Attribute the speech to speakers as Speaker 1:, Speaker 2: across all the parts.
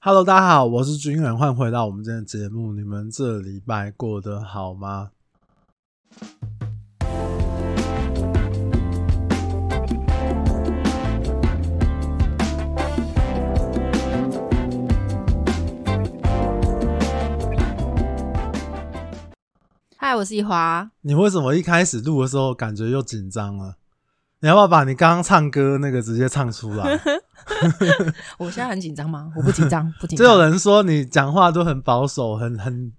Speaker 1: Hello，大家好，我是君远，欢迎回到我们今天的节目。你们这礼拜过得好吗？
Speaker 2: 嗨，我是一华。
Speaker 1: 你为什么一开始录的时候感觉又紧张了？你要不要把你刚刚唱歌那个直接唱出 来？
Speaker 2: 我现在很紧张吗？我不紧张， 不紧
Speaker 1: 就有
Speaker 2: 张，
Speaker 1: 人说你讲话都很保守，很很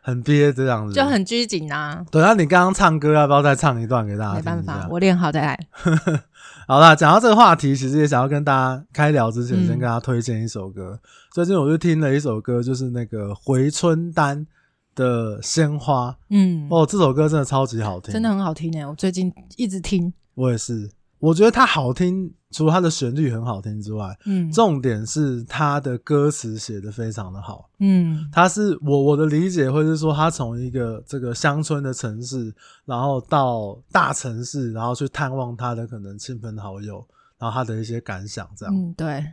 Speaker 1: 很憋这样子。
Speaker 2: 就很拘谨啊，
Speaker 1: 对，那你刚刚唱歌要不要再唱一段给大家
Speaker 2: 没
Speaker 1: 听啊一下？
Speaker 2: 办法，我练好再来。
Speaker 1: 好啦，讲到这个话题，其实也想要跟大家开聊之前，
Speaker 2: 嗯
Speaker 1: 先跟大家推荐一首歌。最近我就听了一首歌，就是那个回春丹的《鲜花》
Speaker 2: 嗯，
Speaker 1: 哦，这首歌真的超级好听，
Speaker 2: 真的，很好听诶、我最近一直听。
Speaker 1: 我也是。我觉得它好听，除了它的旋律很好听之外，
Speaker 2: 嗯，
Speaker 1: 重点是它的歌词写的非常的好。
Speaker 2: 嗯
Speaker 1: 它是我我的理解，会是说它从一个这个乡村的城市，然后到大城市，然后去探望他的可能亲朋好友，然后他的一些感想这样。
Speaker 2: 嗯，对，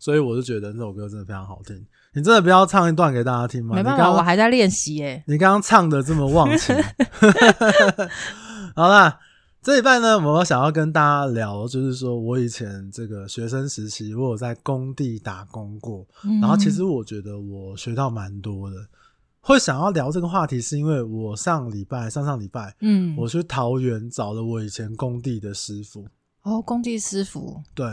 Speaker 1: 所以我就觉得这首歌真的非常好听。你真的不要唱一段给大家听吗？
Speaker 2: 没办
Speaker 1: 你
Speaker 2: 法，
Speaker 1: 刚刚
Speaker 2: 我还在练习欸诶。
Speaker 1: 你刚刚唱的这么忘情。 好啦，这一半呢，我想要跟大家聊，就是说我以前这个学生时期，我有在工地打工过，
Speaker 2: 嗯
Speaker 1: 然后其实我觉得我学到蛮多的。会想要聊这个话题，是因为我上礼拜、上上礼拜，
Speaker 2: 嗯，
Speaker 1: 我去桃园找了我以前工地的师傅。
Speaker 2: 哦，工地师傅，
Speaker 1: 对，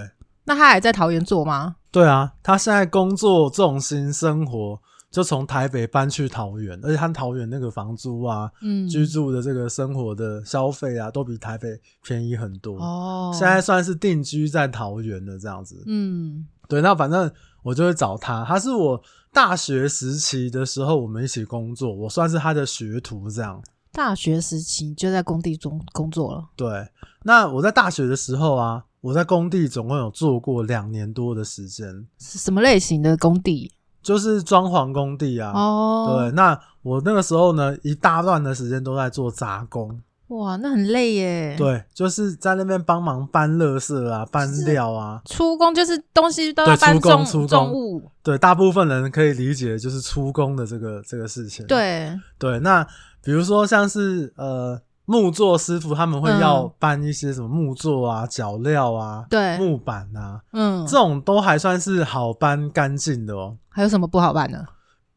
Speaker 2: 那他还在桃园做吗？
Speaker 1: 对啊，他现在工作重心生活就从台北搬去桃园，而且他桃园那个房租啊、
Speaker 2: 嗯，
Speaker 1: 居住的这个生活的消费啊，都比台北便宜很多。
Speaker 2: 哦，
Speaker 1: 现在算是定居在桃园的这样子。
Speaker 2: 嗯
Speaker 1: 对，那反正我就会找他，他是我大学时期的时候我们一起工作，我算是他的学徒这样。
Speaker 2: 大学时期就在工地中工作了。
Speaker 1: 对，那我在大学的时候啊，我在工地总共有做过两年多的时间，
Speaker 2: 是什么类型的工地？
Speaker 1: 就是装潢工地啊。对，
Speaker 2: 哦，
Speaker 1: 那我那个时候呢，一大段的时间都在做杂工，
Speaker 2: 对，哇，那很累耶。，
Speaker 1: 对，就是在那边帮忙搬垃圾啊、搬料啊，
Speaker 2: 出工就是东西都要
Speaker 1: 对
Speaker 2: 搬
Speaker 1: 出工
Speaker 2: 重
Speaker 1: 出工
Speaker 2: 重物，
Speaker 1: 对，大部分人可以理解就是出工的这个这个事情。
Speaker 2: 对，
Speaker 1: 对，那比如说像是呃木作师傅，他们会
Speaker 2: 嗯
Speaker 1: 要搬一些什么木作啊、脚料啊、
Speaker 2: 对
Speaker 1: 木板啊，
Speaker 2: 嗯，
Speaker 1: 这种都还算是好搬干净的哦，
Speaker 2: 还有什么不好办的？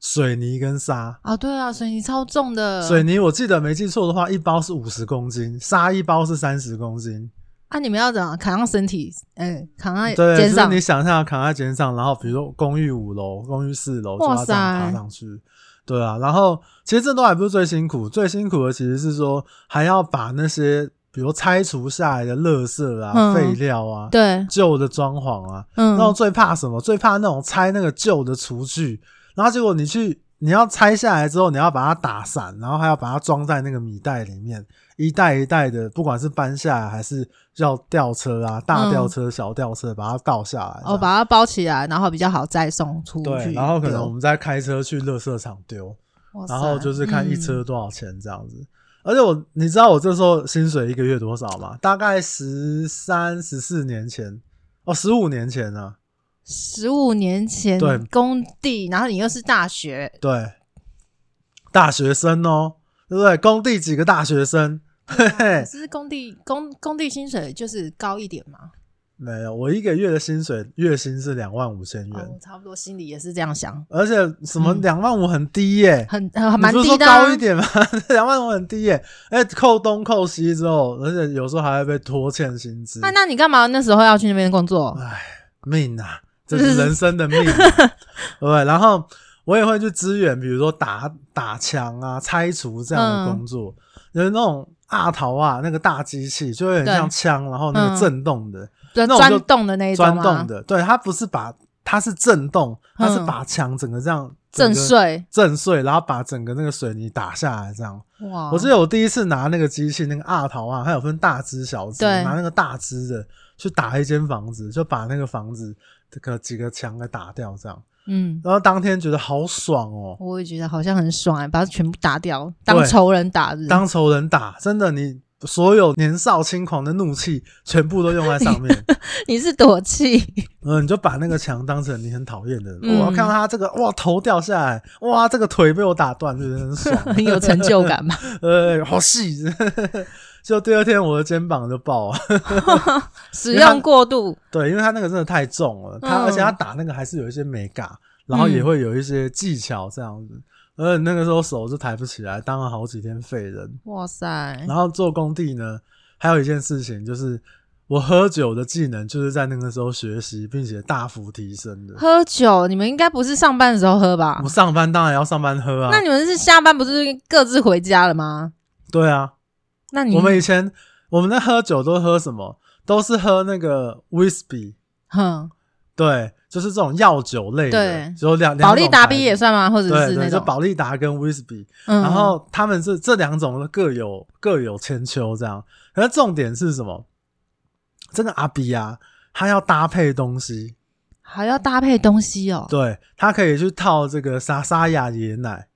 Speaker 1: 水泥跟沙。
Speaker 2: 啊，对啊，水泥超重的。
Speaker 1: 水泥，我记得没记错的话，一包是五十公斤，沙一包是三十公斤。
Speaker 2: 啊，你们要怎样扛上身体？嗯，扛上
Speaker 1: 对，
Speaker 2: 肩
Speaker 1: 就是
Speaker 2: 上
Speaker 1: 你。想象扛在肩上，然后比如说公寓五楼、公寓四楼就
Speaker 2: 哇
Speaker 1: 要这样爬
Speaker 2: 塞
Speaker 1: 上去，对啊。然后其实这都还不是最辛苦，最辛苦的其实是说还要把那些比如拆除下来的垃圾啊、
Speaker 2: 嗯
Speaker 1: 废料啊、
Speaker 2: 对，
Speaker 1: 旧的装潢啊，
Speaker 2: 嗯
Speaker 1: 然，后最怕什么？最怕那种拆那个旧的厨具，然后结果你去你要拆下来之后，你要把它打散，然后还要把它装在那个米袋里面，一袋一袋的，不管是搬下来还是要吊车啊，大吊车、小吊车，把它倒下来。
Speaker 2: 哦，把它包起来，然后比较好再送出
Speaker 1: 这样
Speaker 2: 去。
Speaker 1: 对，然后可能我
Speaker 2: 丢
Speaker 1: 们再开车去垃圾场丢，
Speaker 2: 哇塞
Speaker 1: 然后就是看一车
Speaker 2: 嗯
Speaker 1: 多少钱这样子。而且我，你知道我这时候薪水一个月多少吗？大概十三、十四年前，哦，十五年前呢、啊。
Speaker 2: 十五年前
Speaker 1: 对
Speaker 2: 工地，然后你又是大学，
Speaker 1: 对，大学生哦，对不对？工地几个大学生？嘿
Speaker 2: 可
Speaker 1: 嘿，
Speaker 2: 是工地工工地薪水就是高一点嘛。
Speaker 1: 没有，我一个月的薪水月薪是两万五千元，
Speaker 2: 哦，我差不多心里也是这样想，
Speaker 1: 而且什么
Speaker 2: 嗯
Speaker 1: 两万五很低耶、
Speaker 2: 很很
Speaker 1: 你
Speaker 2: 蛮
Speaker 1: 不是
Speaker 2: 低
Speaker 1: 说
Speaker 2: 的啊。
Speaker 1: 高一点吗？ 两万五很低耶、哎，扣东扣西之后，而且有时候还会被拖欠薪资
Speaker 2: 那。那你干嘛那时候要去那边工作？
Speaker 1: 哎，命啊，这是人生的命、 啊，对不对？然后我也会去支援，比如说打打墙啊、拆除这样的
Speaker 2: 嗯
Speaker 1: 工作，有那种阿桃啊，那个大机器就会很
Speaker 2: 对
Speaker 1: 像枪，然后那个
Speaker 2: 嗯
Speaker 1: 震动的、
Speaker 2: 就
Speaker 1: 那我就
Speaker 2: 钻洞的那一种
Speaker 1: 钻
Speaker 2: 吗？
Speaker 1: 动的，对，它不是把它是震动，它是
Speaker 2: 嗯
Speaker 1: 把墙整个这样整
Speaker 2: 震
Speaker 1: 个
Speaker 2: 碎。
Speaker 1: 震碎，然后把整个那个水泥打下来这样。
Speaker 2: 哇，
Speaker 1: 我记得我第一次拿那个机器，那个阿桃啊，它有分大只小只，
Speaker 2: 对
Speaker 1: 拿那个大只的去打一间房子，就把那个房子这个几个墙给打掉，这样。
Speaker 2: 嗯，
Speaker 1: 然后当天觉得好爽哦，
Speaker 2: 欸我也觉得好像很爽哎、把它全部打掉，当仇人打日。
Speaker 1: 当仇人打，真的你所有年少轻狂的怒气全部都用在上面。
Speaker 2: 你是躲 气，
Speaker 1: 嗯，你就把那个墙当成你很讨厌的人。
Speaker 2: 嗯
Speaker 1: 我要看到他这个哇头掉下来，哇这个腿被我打断，就是很爽，
Speaker 2: 很有成就感 嘛？
Speaker 1: 呃，好细。就第二天我的肩膀就爆啊，
Speaker 2: 使用过度，
Speaker 1: 对，因为他那个真的太重了，他、
Speaker 2: 嗯
Speaker 1: 而且他打那个还是有一些美感，然后也会有一些技巧这样子。呃，那个时候手就抬不起来，当了好几天废人。
Speaker 2: 哇塞，
Speaker 1: 然后做工地呢，还有一件事情就是，我喝酒的技能就是在那个时候学习，并且大幅提升的。
Speaker 2: 喝酒，你们应该不是上班的时候喝吧
Speaker 1: 我？上班当然要上班喝啊，
Speaker 2: 那你们是下班不是各自回家了吗？
Speaker 1: 对啊，
Speaker 2: 那你
Speaker 1: 我们以前我们在喝酒都喝什么？都是喝那个 whisky，
Speaker 2: 哼，
Speaker 1: 对，就是这种药酒类的，
Speaker 2: 对
Speaker 1: 只有两
Speaker 2: 保利达 B 也
Speaker 1: 是，
Speaker 2: 算吗？或者
Speaker 1: 对
Speaker 2: 是那
Speaker 1: 对，就
Speaker 2: 种，
Speaker 1: 保利达跟 whisky，、
Speaker 2: 嗯
Speaker 1: 然后他们是这两种各有各有千秋这样。可是重点是什么？这个阿比啊，他要搭配东西，
Speaker 2: 还要搭配东西哦。
Speaker 1: 对他可以去套这个莎莎雅椰奶，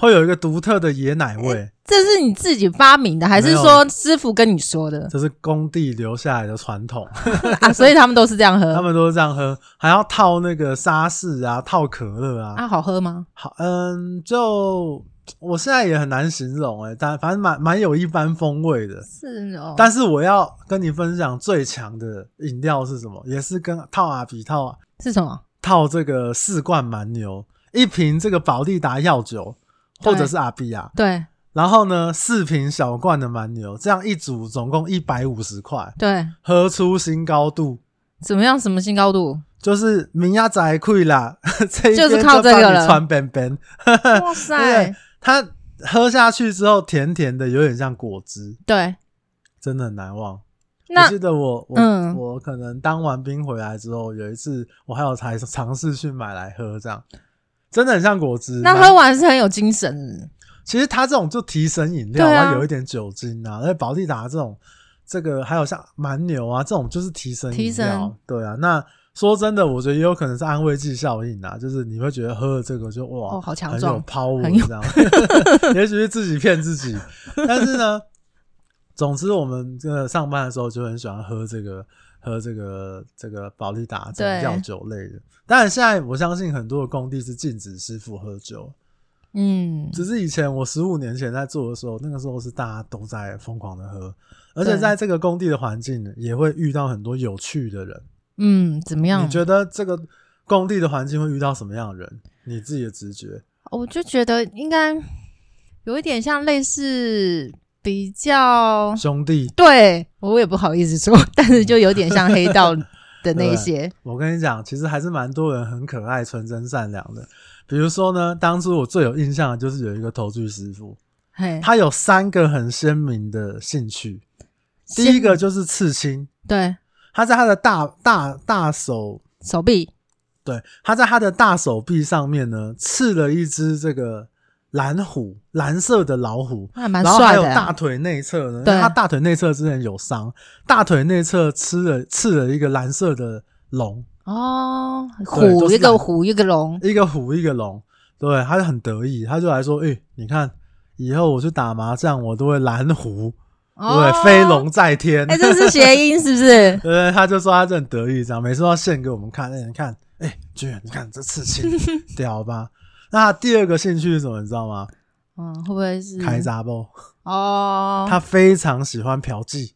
Speaker 1: 会有一个独特的椰奶味。
Speaker 2: 这是你自己发明的，还
Speaker 1: 没
Speaker 2: 是
Speaker 1: 有
Speaker 2: 说师傅跟你说的
Speaker 1: 这是工地留下来的传统，
Speaker 2: 啊？所以他们都是这样
Speaker 1: 他
Speaker 2: 喝
Speaker 1: 们都是这样喝，还要套那个沙士啊，套可乐啊。
Speaker 2: 啊？好喝吗？
Speaker 1: 好，嗯，就我现在也很难形容哎、但反正蛮蛮有一番风味的。
Speaker 2: 是哦，
Speaker 1: 但是我要跟你分享最强的饮料是什么，也是跟套阿比套啊
Speaker 2: 是什么？
Speaker 1: 套这个四罐蛮牛，一瓶这个保利达药酒或者
Speaker 2: 对
Speaker 1: 是阿比啊亚，
Speaker 2: 对
Speaker 1: 然后呢四瓶小罐的蛮牛，这样一组总共一百五十块，
Speaker 2: 对，
Speaker 1: 喝出新高度。
Speaker 2: 怎么样？什么新 高度？
Speaker 1: 就是明亚仔亏啦， 这一天
Speaker 2: 就是靠这个了
Speaker 1: 就帮你穿边边，
Speaker 2: 哇
Speaker 1: 对，它喝下去之后甜甜的，有点像果汁，
Speaker 2: 对，
Speaker 1: 真的很难忘。我
Speaker 2: 那
Speaker 1: 记得我我、
Speaker 2: 嗯
Speaker 1: 我可能当完兵回来之后，有一次我还有才尝试去买来喝，这样真的很像果汁。
Speaker 2: 那
Speaker 1: 蛮
Speaker 2: 喝完是很有精神，
Speaker 1: 其实它这种就提神饮料，
Speaker 2: 对啊
Speaker 1: 然后有一点酒精啊，而且保利达这种，这个还有像蛮牛啊这种就是提神饮
Speaker 2: 提
Speaker 1: 料
Speaker 2: 神，
Speaker 1: 对啊。那说真的，我觉得也有可能是安慰剂效应啊，就是你会觉得喝了这个就哇，
Speaker 2: 哦好强
Speaker 1: 很
Speaker 2: 壮
Speaker 1: 有 power
Speaker 2: 很有
Speaker 1: 这样， 也许是自己骗自己，但是呢，总之我们这个上班的时候就很喜欢喝这个。喝这个这个保利达这种
Speaker 2: 对
Speaker 1: 药酒类的，当然现在我相信很多的工地是禁止师傅喝酒，
Speaker 2: 嗯，
Speaker 1: 只是以前我十五年前在做的时候，那个时候是大家都在疯狂的喝，而且
Speaker 2: 对
Speaker 1: 在这个工地的环境呢也会遇到很多有趣的人。
Speaker 2: 嗯，怎么样
Speaker 1: 你？觉得这个工地的环境会遇到什么样的人？你自己的直觉？
Speaker 2: 我就觉得应该有一点像类似比较，
Speaker 1: 兄弟，
Speaker 2: 对我也不好意思说， 但是就有点像黑道的那一些，
Speaker 1: 我跟你讲，其实还是蛮多人很可爱、纯真、善良的。比如说呢，当初我最有印象的就是有一个头具师傅，
Speaker 2: 嘿，
Speaker 1: 他有三个很鲜明的兴趣。第一个就是刺青，
Speaker 2: 对
Speaker 1: 他在他的大大大手
Speaker 2: 手臂，
Speaker 1: 对，他在他的大手臂上面呢刺了一只这个蓝虎，蓝色的老虎，
Speaker 2: 那还蛮
Speaker 1: 然后还
Speaker 2: 帅
Speaker 1: 有
Speaker 2: 的
Speaker 1: 大
Speaker 2: 啊，
Speaker 1: 腿内侧呢，因
Speaker 2: 对
Speaker 1: 为他大腿内侧之前有伤，大腿内侧吃了刺了一个蓝色的龙，
Speaker 2: 哦，
Speaker 1: 对都
Speaker 2: 虎
Speaker 1: 是
Speaker 2: 一个
Speaker 1: 蓝
Speaker 2: 虎一个龙，
Speaker 1: 一个虎一个龙，对，他就很得意，他就来说，诶、你看以后我去打麻将，我都会蓝虎，
Speaker 2: 哦
Speaker 1: 对，飞，龙在天，？
Speaker 2: 哎，这是谐音是不是
Speaker 1: 呃，他就说他就很得意，这样每次都要献给我们看。哎、你看，哎、君远，你看这刺青， 屌吧？那他第二个兴趣是什么？你知道吗？
Speaker 2: 嗯，会不会是
Speaker 1: 开杂包，
Speaker 2: 哦，
Speaker 1: 他非常喜欢嫖妓，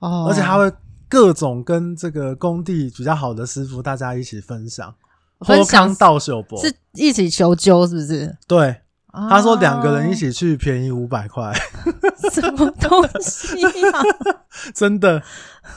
Speaker 2: 哦，
Speaker 1: 而且他会各种跟这个工地比较好的师傅大家一起分享，
Speaker 2: 哦分享
Speaker 1: 康道秀博。
Speaker 2: 是一起求救是不是？
Speaker 1: 对， 他说
Speaker 2: 哦
Speaker 1: 两个人一起去便宜五百块，
Speaker 2: 什么东西啊？
Speaker 1: 真的，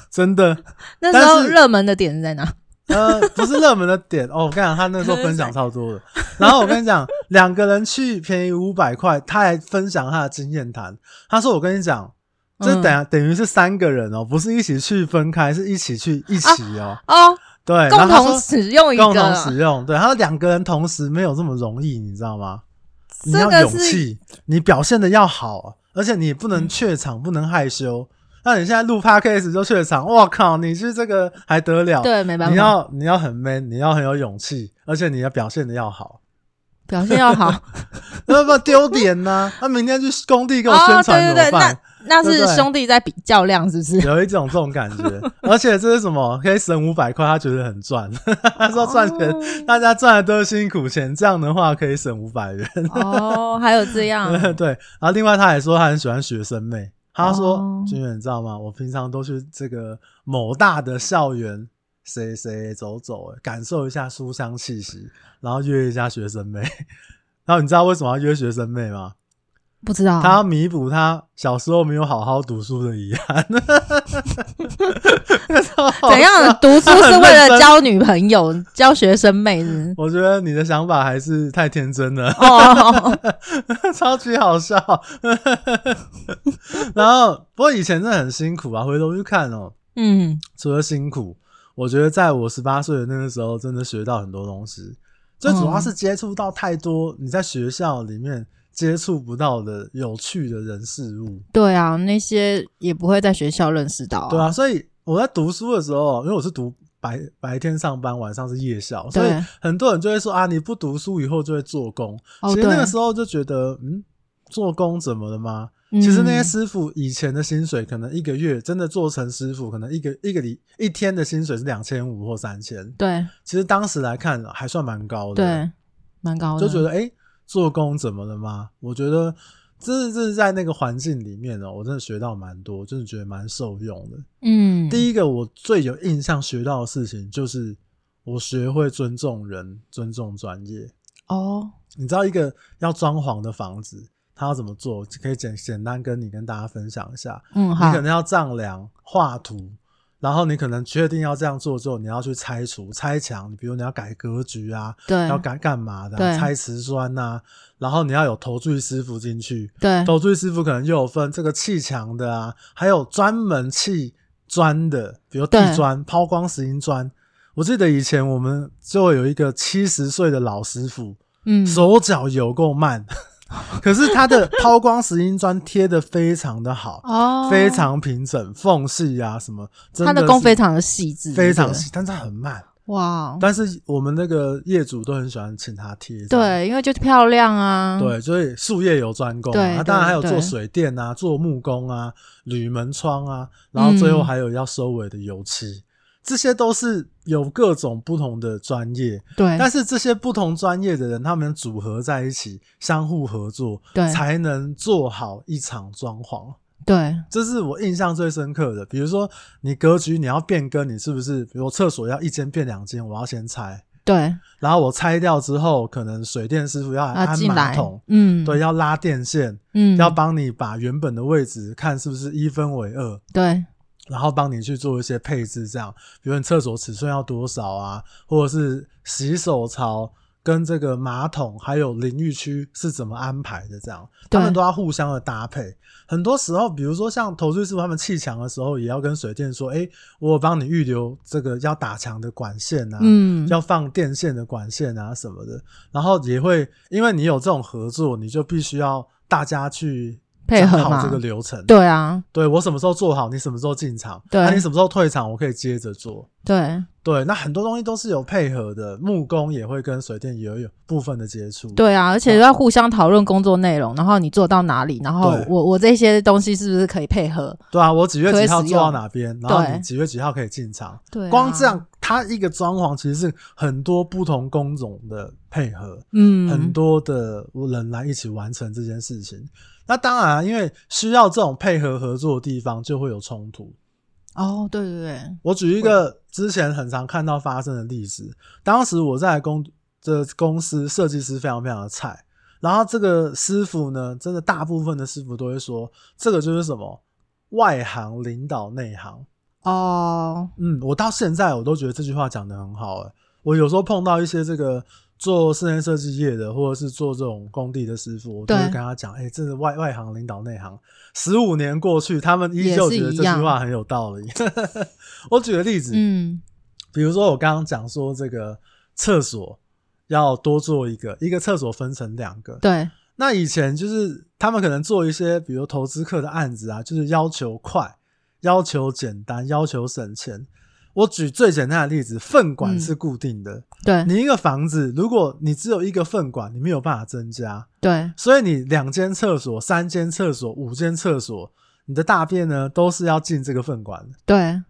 Speaker 1: 真的，
Speaker 2: 那时
Speaker 1: 但
Speaker 2: 候
Speaker 1: 是
Speaker 2: 热门的点是在哪？
Speaker 1: 呃，不是热门的点哦。我跟你讲，他那时候分享超多的。然后我跟你讲，两个人去便宜五百块，他还分享他的经验谈。他说：“我跟你讲，这
Speaker 2: 嗯
Speaker 1: 等、等于是三个人哦，不是一起去分开，是一起去一起哦。
Speaker 2: 哦，
Speaker 1: 对，然
Speaker 2: 共
Speaker 1: 后他
Speaker 2: 同
Speaker 1: 说
Speaker 2: 使用一
Speaker 1: 共同使
Speaker 2: 个，
Speaker 1: 用，对，他说两个人同时没有这么容易，你知道吗？你
Speaker 2: 这
Speaker 1: 要
Speaker 2: 个
Speaker 1: 勇
Speaker 2: 是
Speaker 1: 气，你表现的要好，而且你不能怯场，不能害羞。那你现在录 podcast 就怯场，我靠，你是这个还得了？
Speaker 2: 对，没办
Speaker 1: 你
Speaker 2: 法，
Speaker 1: 要你要很 man，你要很有勇气，而且你要表现的要好，
Speaker 2: 表现要好。
Speaker 1: 那不丢脸呐、那、明天去工地给我
Speaker 2: 哦
Speaker 1: 宣传怎
Speaker 2: 对哦对对
Speaker 1: 么办？
Speaker 2: 那
Speaker 1: 对
Speaker 2: 是
Speaker 1: 不对
Speaker 2: 兄弟在比较量，是 不是？
Speaker 1: 有一种这种感觉， 而且这是什么？可以省五百块，他觉得很赚。 他说赚钱，
Speaker 2: 哦
Speaker 1: 大家赚的都是辛苦钱，这样的话可以省五百元。
Speaker 2: 哦，还有这样，
Speaker 1: 对，然后另外他还说他很喜欢学生妹。他说：“
Speaker 2: 哦
Speaker 1: 君远，你知道吗？我平常都去这个某大的校园谁谁走走，欸感受一下书香气息，然后约一下学生妹。 然后你知道为什么要约学生妹吗？
Speaker 2: 不知道
Speaker 1: 他要弥补他小时候没有好好读书的遗憾。。
Speaker 2: 怎样读书是为了交女朋友、交学生妹子
Speaker 1: 我觉得你的想法还是太天真了。”
Speaker 2: 哦，
Speaker 1: 超级好笑。 然后，不过以前真的很辛苦啊，回头去看哦，
Speaker 2: 嗯，
Speaker 1: 除了辛苦，我觉得在我十八岁的那个时候，真的学到很多东西。最主要
Speaker 2: 嗯
Speaker 1: 是接触到太多你在学校里面接触不到的有趣的人事物，
Speaker 2: 对啊，那些也不会在学校认识到、
Speaker 1: 对，啊，所以我在读书的时候，因为我是读白白天上班，晚上是夜校，所以
Speaker 2: 对
Speaker 1: 很多人就会说啊，你不读书以后就会做工。
Speaker 2: 哦
Speaker 1: 其实那个
Speaker 2: 对
Speaker 1: 时候就觉得，嗯，做工怎么了吗？
Speaker 2: 嗯
Speaker 1: 其实那些师傅以前的薪水，可能一个月真的做成师傅，可能一个一个礼一天的薪水是两千五或三千。
Speaker 2: 对
Speaker 1: 其实当时来看还算蛮高的，
Speaker 2: 对，蛮高的，
Speaker 1: 就觉得哎、诶做工怎么了吗？我觉得真的是在那个环境里面哦、我真的学到蛮多，真的觉得蛮受用的。
Speaker 2: 嗯，
Speaker 1: 第一个我最有印象学到的事情，就是我学会尊重人，尊重专业。
Speaker 2: 哦，
Speaker 1: 你知道一个要装潢的房子，它要怎么做？可以简简单跟你跟大家分享一下。
Speaker 2: 嗯，
Speaker 1: 你
Speaker 2: 好
Speaker 1: 可，能要丈量、画图，然后你可能确定要这样做之后，你要去拆除、拆墙。你比如你要改格局啊，
Speaker 2: 对
Speaker 1: 要改干嘛的、
Speaker 2: 对
Speaker 1: 啊，拆瓷砖呐、然后你要有投注师傅进去，
Speaker 2: 对，
Speaker 1: 投注师傅可能又有分这个砌墙的啊，还有专门砌砖的，比如地
Speaker 2: 对
Speaker 1: 砖、抛光石英砖。我记得以前我们就有一个七十岁的老师傅，
Speaker 2: 嗯，
Speaker 1: 手脚有够慢， 可是他的抛光石英砖贴的非常的好，
Speaker 2: 哦，
Speaker 1: 非，常平整，缝隙啊什么，真
Speaker 2: 他
Speaker 1: 的
Speaker 2: 的工
Speaker 1: 是
Speaker 2: 非常的细致，
Speaker 1: 非常
Speaker 2: 对不对
Speaker 1: 细，但是它很慢。
Speaker 2: 哇，哦
Speaker 1: 但是我们那个业主都很喜欢请他贴，这样
Speaker 2: 对，因为就是漂亮啊，，
Speaker 1: 对，所以术业有专攻、
Speaker 2: 对
Speaker 1: 啊，他当然还有
Speaker 2: 对
Speaker 1: 做
Speaker 2: 对
Speaker 1: 水电啊，做木工啊，铝门窗啊，然后最后还有要收尾的油漆，这些都是有各种不同的专业，
Speaker 2: 对，
Speaker 1: 但是这些不同专业的人，他们组合在一起，相互合作，
Speaker 2: 对
Speaker 1: 才能做好一场装潢。
Speaker 2: 对，
Speaker 1: 这是我印象最深刻的。比如说，你格局你要变更，你是不是？比如厕所要一间变两间，我要先拆，
Speaker 2: 对，
Speaker 1: 然后我拆掉之后，可能水电师傅要来
Speaker 2: 要
Speaker 1: 安
Speaker 2: 啊进
Speaker 1: 马
Speaker 2: 来
Speaker 1: 桶，，
Speaker 2: 嗯，
Speaker 1: 对，，要拉电线，
Speaker 2: 嗯，
Speaker 1: 要帮你把原本的位置看是不是一分为二，
Speaker 2: 对，
Speaker 1: 然后帮你去做一些配置，这样，比如你厕所尺寸要多少啊，或者是洗手槽跟这个马桶还有淋浴区是怎么安排的，这样，他
Speaker 2: 对
Speaker 1: 们都要互相的搭配。很多时候，比如说像投资师傅他们砌墙的时候，也要跟水电说，哎，我有帮你预留这个要打墙的管线啊，
Speaker 2: 嗯，
Speaker 1: 要放电线的管线啊什么的，然后也会因为你有这种合作，你就必须要大家去
Speaker 2: 配合
Speaker 1: 讲好
Speaker 2: 嘛
Speaker 1: 这个流程，
Speaker 2: 对啊，
Speaker 1: 对我什么时候做好，你什么时候进场，
Speaker 2: 对
Speaker 1: 那、你什么时候退场，我可以接着做。
Speaker 2: 对，
Speaker 1: 对，那很多东西都是有配合的，木工也会跟水电也有部分的接触。
Speaker 2: 对啊，而且要互相讨论工作内容，然后你做到哪里，然后
Speaker 1: 对
Speaker 2: 我我这些东西是不是可以配合？
Speaker 1: 对啊，我几月
Speaker 2: 可
Speaker 1: 几
Speaker 2: 以
Speaker 1: 号
Speaker 2: 使
Speaker 1: 做到
Speaker 2: 用
Speaker 1: 哪边，然后
Speaker 2: 对
Speaker 1: 你几月几号可以进场，
Speaker 2: 对啊
Speaker 1: 光这，样，它一个装潢其实是很多不同工种的配合。
Speaker 2: 嗯，
Speaker 1: 很多的人来一起完成这件事情。那当然啊、因为需要这种配合合作的地方，就会有冲突。
Speaker 2: 哦，对对对，
Speaker 1: 我举一个之前很常看到发生的例子，当时我在公这公司设计师非常非常的菜，然后这个师傅呢，真的大部分的师傅都会说，这个就是什么外行领导内行。
Speaker 2: 哦，
Speaker 1: 嗯，我到现在我都觉得这句话讲的很好、欸。我有时候碰到一些这个做室内设计业的，或者是做这种工地的师傅，我都会
Speaker 2: 对
Speaker 1: 跟他讲，哎、这是外外行领导内行。十五年过去，他们依旧
Speaker 2: 也是
Speaker 1: 觉得这
Speaker 2: 一
Speaker 1: 句
Speaker 2: 样
Speaker 1: 话很有道理。 我举个例子，
Speaker 2: 嗯，
Speaker 1: 比如说我刚刚讲说这个厕所要多做一个，一个厕所分成两个，
Speaker 2: 对，
Speaker 1: 那以前就是他们可能做一些，比如投资客的案子啊，就是要求快、要求简单、要求省钱。我举最简单的例子，粪管
Speaker 2: 嗯
Speaker 1: 是固定的。
Speaker 2: 对，
Speaker 1: 你一个房子，如果你只有一个粪管，你没有办法增加，
Speaker 2: 对，
Speaker 1: 所以你两间厕所、三间厕所、五间厕所，你的大便呢都是要进这个粪管的，
Speaker 2: 对，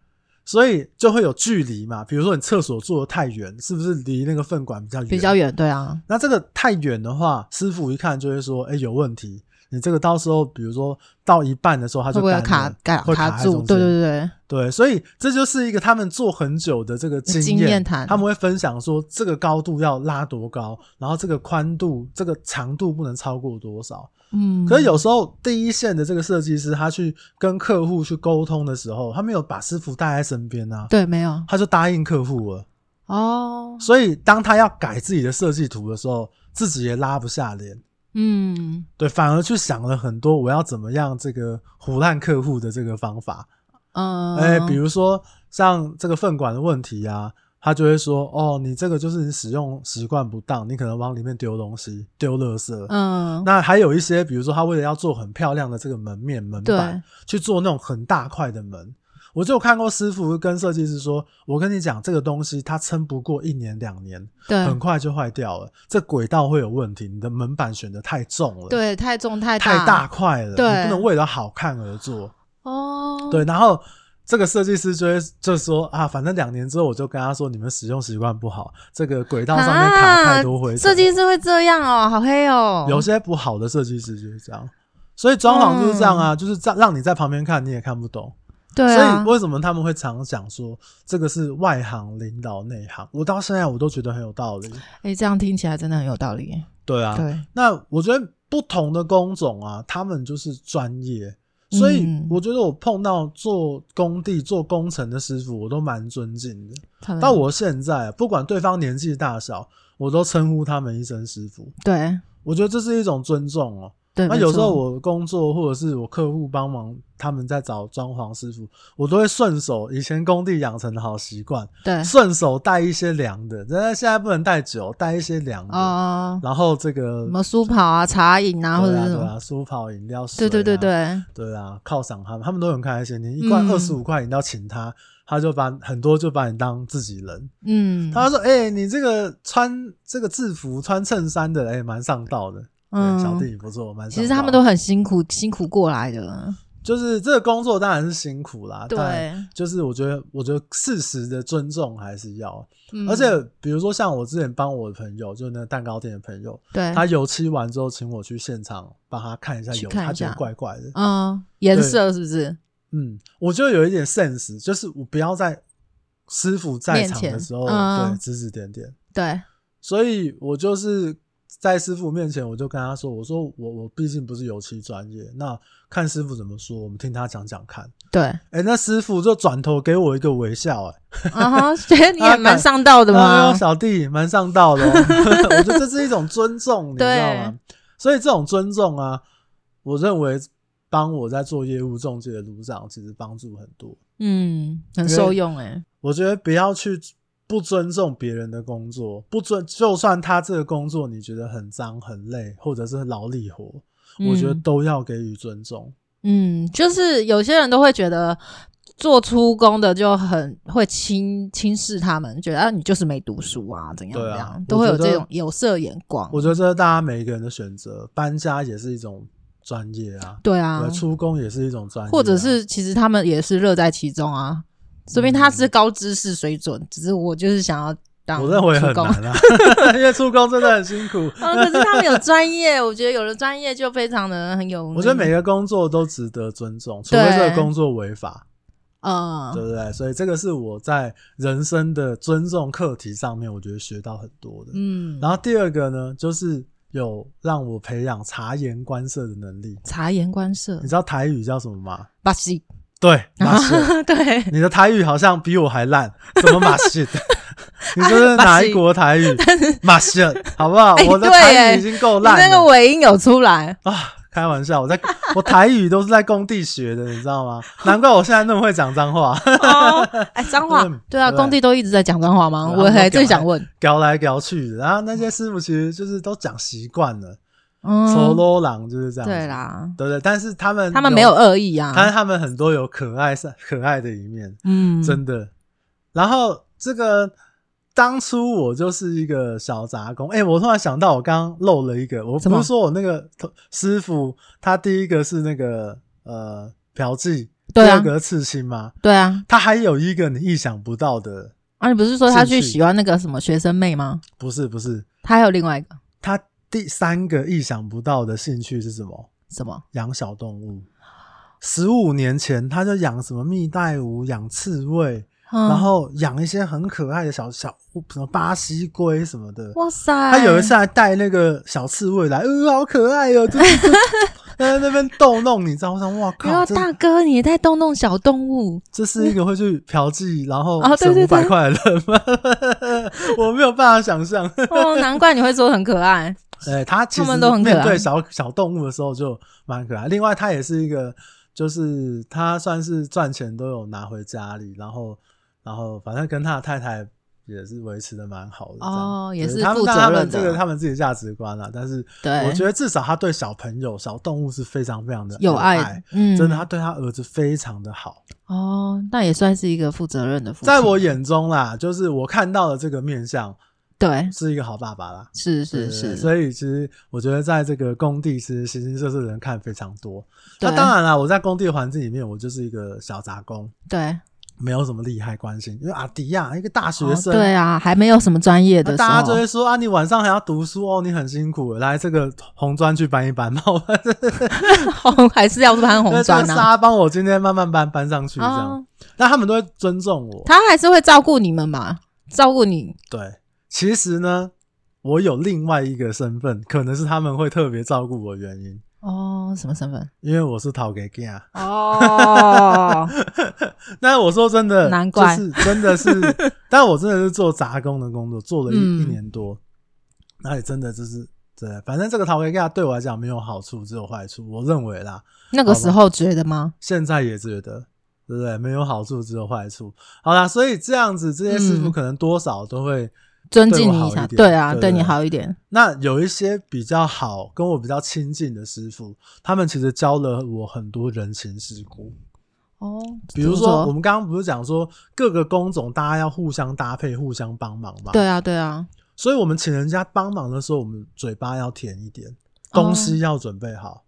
Speaker 1: 所以就会有距离嘛。比如说你厕所做的太远，是不是离那个粪管比较远？
Speaker 2: 比较远，对啊，
Speaker 1: 那这个太远的话，师傅一看就会说：“哎、有问题，你这个到时候，比如说到一半的时候，它
Speaker 2: 会
Speaker 1: 就
Speaker 2: 不会
Speaker 1: 干
Speaker 2: 卡
Speaker 1: 了
Speaker 2: 卡
Speaker 1: 会卡在
Speaker 2: 住？
Speaker 1: 中
Speaker 2: 对
Speaker 1: 间
Speaker 2: 对对，
Speaker 1: 对，所以这就是一个他们做很久的这个经
Speaker 2: 经验谈
Speaker 1: 他们会分享说这个高度要拉多高，然后这个宽度、这个长度不能超过多少。
Speaker 2: 嗯，
Speaker 1: 可是有时候第一线的这个设计师，他去跟客户去沟通的时候，他没有把师傅带在身边啊，
Speaker 2: 对没有
Speaker 1: 他就答应客户了。
Speaker 2: 哦，
Speaker 1: 所以当他要改自己的设计图的时候，自己也拉不下脸。
Speaker 2: 嗯，
Speaker 1: 对，反而去想了很多我要怎么样这个胡烂客户的这个方法。
Speaker 2: 嗯，
Speaker 1: 哎、比如说像这个粪管的问题啊，他就会说，哦，你这个就是你使用习惯不当，你可能往里面丢东西，丢垃圾。
Speaker 2: 嗯，
Speaker 1: 那还有一些，比如说他为了要做很漂亮的这个门面门板
Speaker 2: 对，，
Speaker 1: 去做那种很大块的门。我就有看过师傅跟设计师说：“我跟你讲，这个东西它撑不过一年两年，很
Speaker 2: 对
Speaker 1: 快就坏掉了。这轨道会有问题，你的门板选的太重了。”
Speaker 2: 对，太重太
Speaker 1: 太
Speaker 2: 大
Speaker 1: 大块了，
Speaker 2: 对
Speaker 1: 你不能为了好看而做。
Speaker 2: 哦，
Speaker 1: 对，然后这个设计师就会就说啊，反正两年之后我就跟他说，你们使用习惯不好，这个轨道上面卡太多灰尘。
Speaker 2: 啊设计师会这样哦，好黑哦，
Speaker 1: 有些不好的设计师就是这样，所以装潢就是这样啊，就是让让你在旁边看你也看不懂。
Speaker 2: 嗯对啊
Speaker 1: 所以，为什么他们会常讲说这个是外行领导内行？我到现在我都觉得很有道理。
Speaker 2: 哎，这样听起来真的很有道理，
Speaker 1: 对啊，
Speaker 2: 对，
Speaker 1: 那我觉得不同的工种啊，他们就是专业，所以
Speaker 2: 嗯
Speaker 1: 我觉得我碰到做工地、做工程的师傅，我都蛮尊敬的。
Speaker 2: 他们
Speaker 1: 到我现在，啊不管对方年纪大小，我都称呼他们一声师傅。
Speaker 2: 对
Speaker 1: 我觉得这是一种尊重哦、
Speaker 2: 对，
Speaker 1: 那
Speaker 2: 嗯没
Speaker 1: 有时
Speaker 2: 错
Speaker 1: 候我工作或者是我客户帮忙，他们在找装潢师傅，我都会顺手以前工地养成的好习惯，
Speaker 2: 对
Speaker 1: 顺手带一些凉的。但是现在不能带酒，带一些凉的。
Speaker 2: 哦，
Speaker 1: 然后这个
Speaker 2: 什么苏跑啊、茶饮啊，或
Speaker 1: 对
Speaker 2: 者
Speaker 1: 啊，
Speaker 2: 是什
Speaker 1: 对
Speaker 2: 么，
Speaker 1: 啊，苏跑饮料水、
Speaker 2: 对
Speaker 1: 啊，
Speaker 2: 对对对，
Speaker 1: 对啊，犒赏他们，他们都很开心。你一罐
Speaker 2: 嗯
Speaker 1: 二十五块饮料请他，他就把很多就把你当自己人。
Speaker 2: 嗯，
Speaker 1: 他说：“哎、你这个穿这个制服、穿衬衫的，哎、蛮上道的。嗯，小
Speaker 2: 嗯，
Speaker 1: 弟啊不错，蛮上道的。
Speaker 2: 其实他们都很辛苦，辛苦过来的，
Speaker 1: 就是这个工作当然是辛苦啦，
Speaker 2: 对，
Speaker 1: 但就是我觉得，我觉得适时的尊重还是要。
Speaker 2: 嗯
Speaker 1: 而且比如说像我之前帮我的朋友，就是那个蛋糕店的朋友，
Speaker 2: 对，
Speaker 1: 他油漆完之后，请我去现场帮他看一下
Speaker 2: 嗯去
Speaker 1: 油，
Speaker 2: 看一
Speaker 1: 他觉得
Speaker 2: 下
Speaker 1: 怪怪的。
Speaker 2: 嗯，颜
Speaker 1: 对
Speaker 2: 色是不是？
Speaker 1: 嗯，我就有一点 sense，就是我不要在师傅在
Speaker 2: 面
Speaker 1: 场的
Speaker 2: 前
Speaker 1: 时候、
Speaker 2: 嗯
Speaker 1: 对指指点点，
Speaker 2: 对，
Speaker 1: 所以我就是在师傅面前，我就跟他说：“我说我我毕竟不是油漆专业，那看师傅怎么说，我们听他讲讲看。
Speaker 2: 对，
Speaker 1: 诶，哎那师傅就转头给我一个微笑、诶，
Speaker 2: 啊哈，觉得你也蛮上道的
Speaker 1: 哎，哎
Speaker 2: 嘛
Speaker 1: 呦，小弟蛮上道的、哦， 我觉得这是一种尊重，你知道吗？所以这种尊重啊，我认为帮我在做业务中介的路上，其实帮助很多。
Speaker 2: 嗯，很受用哎、
Speaker 1: 我觉得不要去不尊重别人的工作，不尊就算他这个工作你觉得很脏很累，或者是劳力活，我觉得
Speaker 2: 嗯
Speaker 1: 都要给予尊重。
Speaker 2: 嗯，就是有些人都会觉得做出工的就很会轻轻视他们，觉得啊你就是没读书啊，怎样
Speaker 1: 对啊
Speaker 2: 怎样，
Speaker 1: 我
Speaker 2: 都会有
Speaker 1: 觉得
Speaker 2: 这种有色眼光。
Speaker 1: 我觉得这是大家每一个人的选择，搬家也是一种专业啊，
Speaker 2: 对啊
Speaker 1: 对，，出工也是一种专业啊、
Speaker 2: 或者是其实他们也是乐在其中啊，说明他是高知识水准，只是我就是想要当
Speaker 1: 嗯我认为
Speaker 2: 出
Speaker 1: 很
Speaker 2: 工。
Speaker 1: 难啊，因为出工真的很辛 苦。
Speaker 2: 啊，可是他们有专业，我觉得有了专业就非常的很有。
Speaker 1: 我觉得每个工作都值得尊重，除非这个
Speaker 2: 对
Speaker 1: 工作违法，
Speaker 2: 嗯，
Speaker 1: 对不对？所以这个是我在人生的尊重课题上面，我觉得学到很多的。
Speaker 2: 嗯，
Speaker 1: 然后第二个呢，就是有让我培养察言观色的能力。
Speaker 2: 察言观色
Speaker 1: 你，知道台语叫什么吗？
Speaker 2: 巴西，
Speaker 1: 对，马戏。
Speaker 2: 对，
Speaker 1: 你的台语好像比我还烂， 怎么马戏？
Speaker 2: 哎
Speaker 1: 你这是哪一国台语？马 戏，好不好？
Speaker 2: 哎
Speaker 1: 我的
Speaker 2: 对
Speaker 1: 台
Speaker 2: 耶
Speaker 1: 语已经够
Speaker 2: 你
Speaker 1: 烂
Speaker 2: 那个
Speaker 1: 了
Speaker 2: 尾音有出 来，
Speaker 1: 啊！开玩笑，我在我台语都是在工地学的，你知道吗？难怪我现在那么会讲脏 话，
Speaker 2: 哦，哎，脏话
Speaker 1: 嗯，
Speaker 2: 对啊，
Speaker 1: 对
Speaker 2: 工地都一直在讲脏话吗？
Speaker 1: 对啊
Speaker 2: 我还最想问，
Speaker 1: 搞来搞去的。然后那些师傅其实就是都讲习惯了，丑
Speaker 2: 嗯，
Speaker 1: 罗郎就是这样。
Speaker 2: 对，啦，
Speaker 1: 对不对？但是他们
Speaker 2: 他们没有恶意
Speaker 1: 但是
Speaker 2: 啊，
Speaker 1: 他们很多有可爱、可爱的一面，
Speaker 2: 嗯，
Speaker 1: 真的。然后这个当初我就是一个小杂工，哎、我突然想到我刚刚漏了一个，我
Speaker 2: 什
Speaker 1: 不
Speaker 2: 么
Speaker 1: 是说我那个头师傅他第一个是那个呃嫖妓，
Speaker 2: 对
Speaker 1: 第
Speaker 2: 啊
Speaker 1: 二个刺青嘛，
Speaker 2: 对啊，
Speaker 1: 他还有一个你意想不到的，
Speaker 2: 啊，你不是说他
Speaker 1: 兴
Speaker 2: 去
Speaker 1: 趣
Speaker 2: 喜欢那个什么学生妹吗？
Speaker 1: 不是不是，
Speaker 2: 他还有另外一个
Speaker 1: 他第三个意想不到的兴趣是什么？
Speaker 2: 什么？
Speaker 1: 养小动物。十五年前，他就养什么蜜袋鼯、养刺猬，
Speaker 2: 嗯
Speaker 1: 然后养一些很可爱的小小什么巴西龟什么的。
Speaker 2: 哇塞，
Speaker 1: 他有一次还带那个小刺猬来，呃，好可爱哦、就是 就在那边逗弄你，知道吗？我想哇
Speaker 2: 哎呦，
Speaker 1: 靠，这
Speaker 2: 大哥，你也在动动小动 物，
Speaker 1: 这是一个会去嫖妓，然后
Speaker 2: 哦对
Speaker 1: 省
Speaker 2: 对
Speaker 1: 五百
Speaker 2: 对
Speaker 1: 块的人吗？ 我没有办法想象。
Speaker 2: 哦，难怪你会说很 可爱。
Speaker 1: 对他其
Speaker 2: 他
Speaker 1: 实
Speaker 2: 们都很可
Speaker 1: 面对
Speaker 2: 爱
Speaker 1: 小小动物的时候就蛮可爱。另外，他也是一个，就是他算是赚钱都有拿回家里，然后然后反正跟他的太太也是维持的蛮好的这样。
Speaker 2: 哦
Speaker 1: 对
Speaker 2: 也是
Speaker 1: 他们
Speaker 2: 负责
Speaker 1: 当然他们
Speaker 2: 任的
Speaker 1: 这个他们自己的价值观啦。但是
Speaker 2: 对，
Speaker 1: 我觉得至少他对小朋友、小动物是非常非常的
Speaker 2: 有
Speaker 1: 爱
Speaker 2: 爱，，嗯，
Speaker 1: 真的，他对他儿子非常的好。
Speaker 2: 哦，那也算是一个负责任的父亲。
Speaker 1: 在我眼中啦，就是我看到的这个面相
Speaker 2: 对，
Speaker 1: 是一个好爸爸啦。对
Speaker 2: 是是
Speaker 1: 对对
Speaker 2: 是，
Speaker 1: 所以其实我觉得在这个工地，其实形形色色的人看非常多。那
Speaker 2: 对
Speaker 1: 当然啦，我在工地环境里面，我就是一个小杂工，
Speaker 2: 对，
Speaker 1: 没有什么厉害关心。因为阿迪亚、一个大学
Speaker 2: 哦
Speaker 1: 生，
Speaker 2: 对啊，还没有什么专业
Speaker 1: 那
Speaker 2: 的时
Speaker 1: 大家就
Speaker 2: 候，
Speaker 1: 会说啊，你晚上还要读书哦，你很辛苦，来这个红砖去搬一搬嘛。
Speaker 2: 红哦还是要搬
Speaker 1: 因为
Speaker 2: 红
Speaker 1: 这个
Speaker 2: 砖啊。
Speaker 1: 沙帮我今天慢慢搬搬上去这样
Speaker 2: 哦，，
Speaker 1: 那他们都会尊重我。
Speaker 2: 他还是会照顾你们嘛，照顾你
Speaker 1: 对，其实呢，我有另外一个身份，可能是他们会特别照顾我的原因，
Speaker 2: 哦，什么身份？
Speaker 1: 因为我是讨给 g 啊。
Speaker 2: 哦，
Speaker 1: 那我说真的，
Speaker 2: 难怪
Speaker 1: 就是真的 是，但我真的是做杂工的工作，做了一、
Speaker 2: 嗯
Speaker 1: 一年多，那也真的就是对，反正这个陶给亚对我来讲没有好处，只有坏处，我认为啦，
Speaker 2: 那个时候觉得吗？
Speaker 1: 现在也觉得。对不对？没有好处，只有坏处。好啦，所以这样子，这些师傅
Speaker 2: 嗯
Speaker 1: 可能多少都会。
Speaker 2: 尊敬你
Speaker 1: 对我好
Speaker 2: 下，
Speaker 1: 一点
Speaker 2: 对啊，
Speaker 1: 对
Speaker 2: 对
Speaker 1: 对
Speaker 2: 你好一点，
Speaker 1: 那有一些比较好，跟我比较亲近的师傅，他们其实教了我很多人情世故。
Speaker 2: 哦，
Speaker 1: 比如说，我，们刚刚不是讲说各个工种大家要互相搭配、互相帮忙嘛？
Speaker 2: 对啊，对啊，
Speaker 1: 所以我们请人家帮忙的时候，我们嘴巴要甜一点，
Speaker 2: 哦
Speaker 1: 东西要准备好。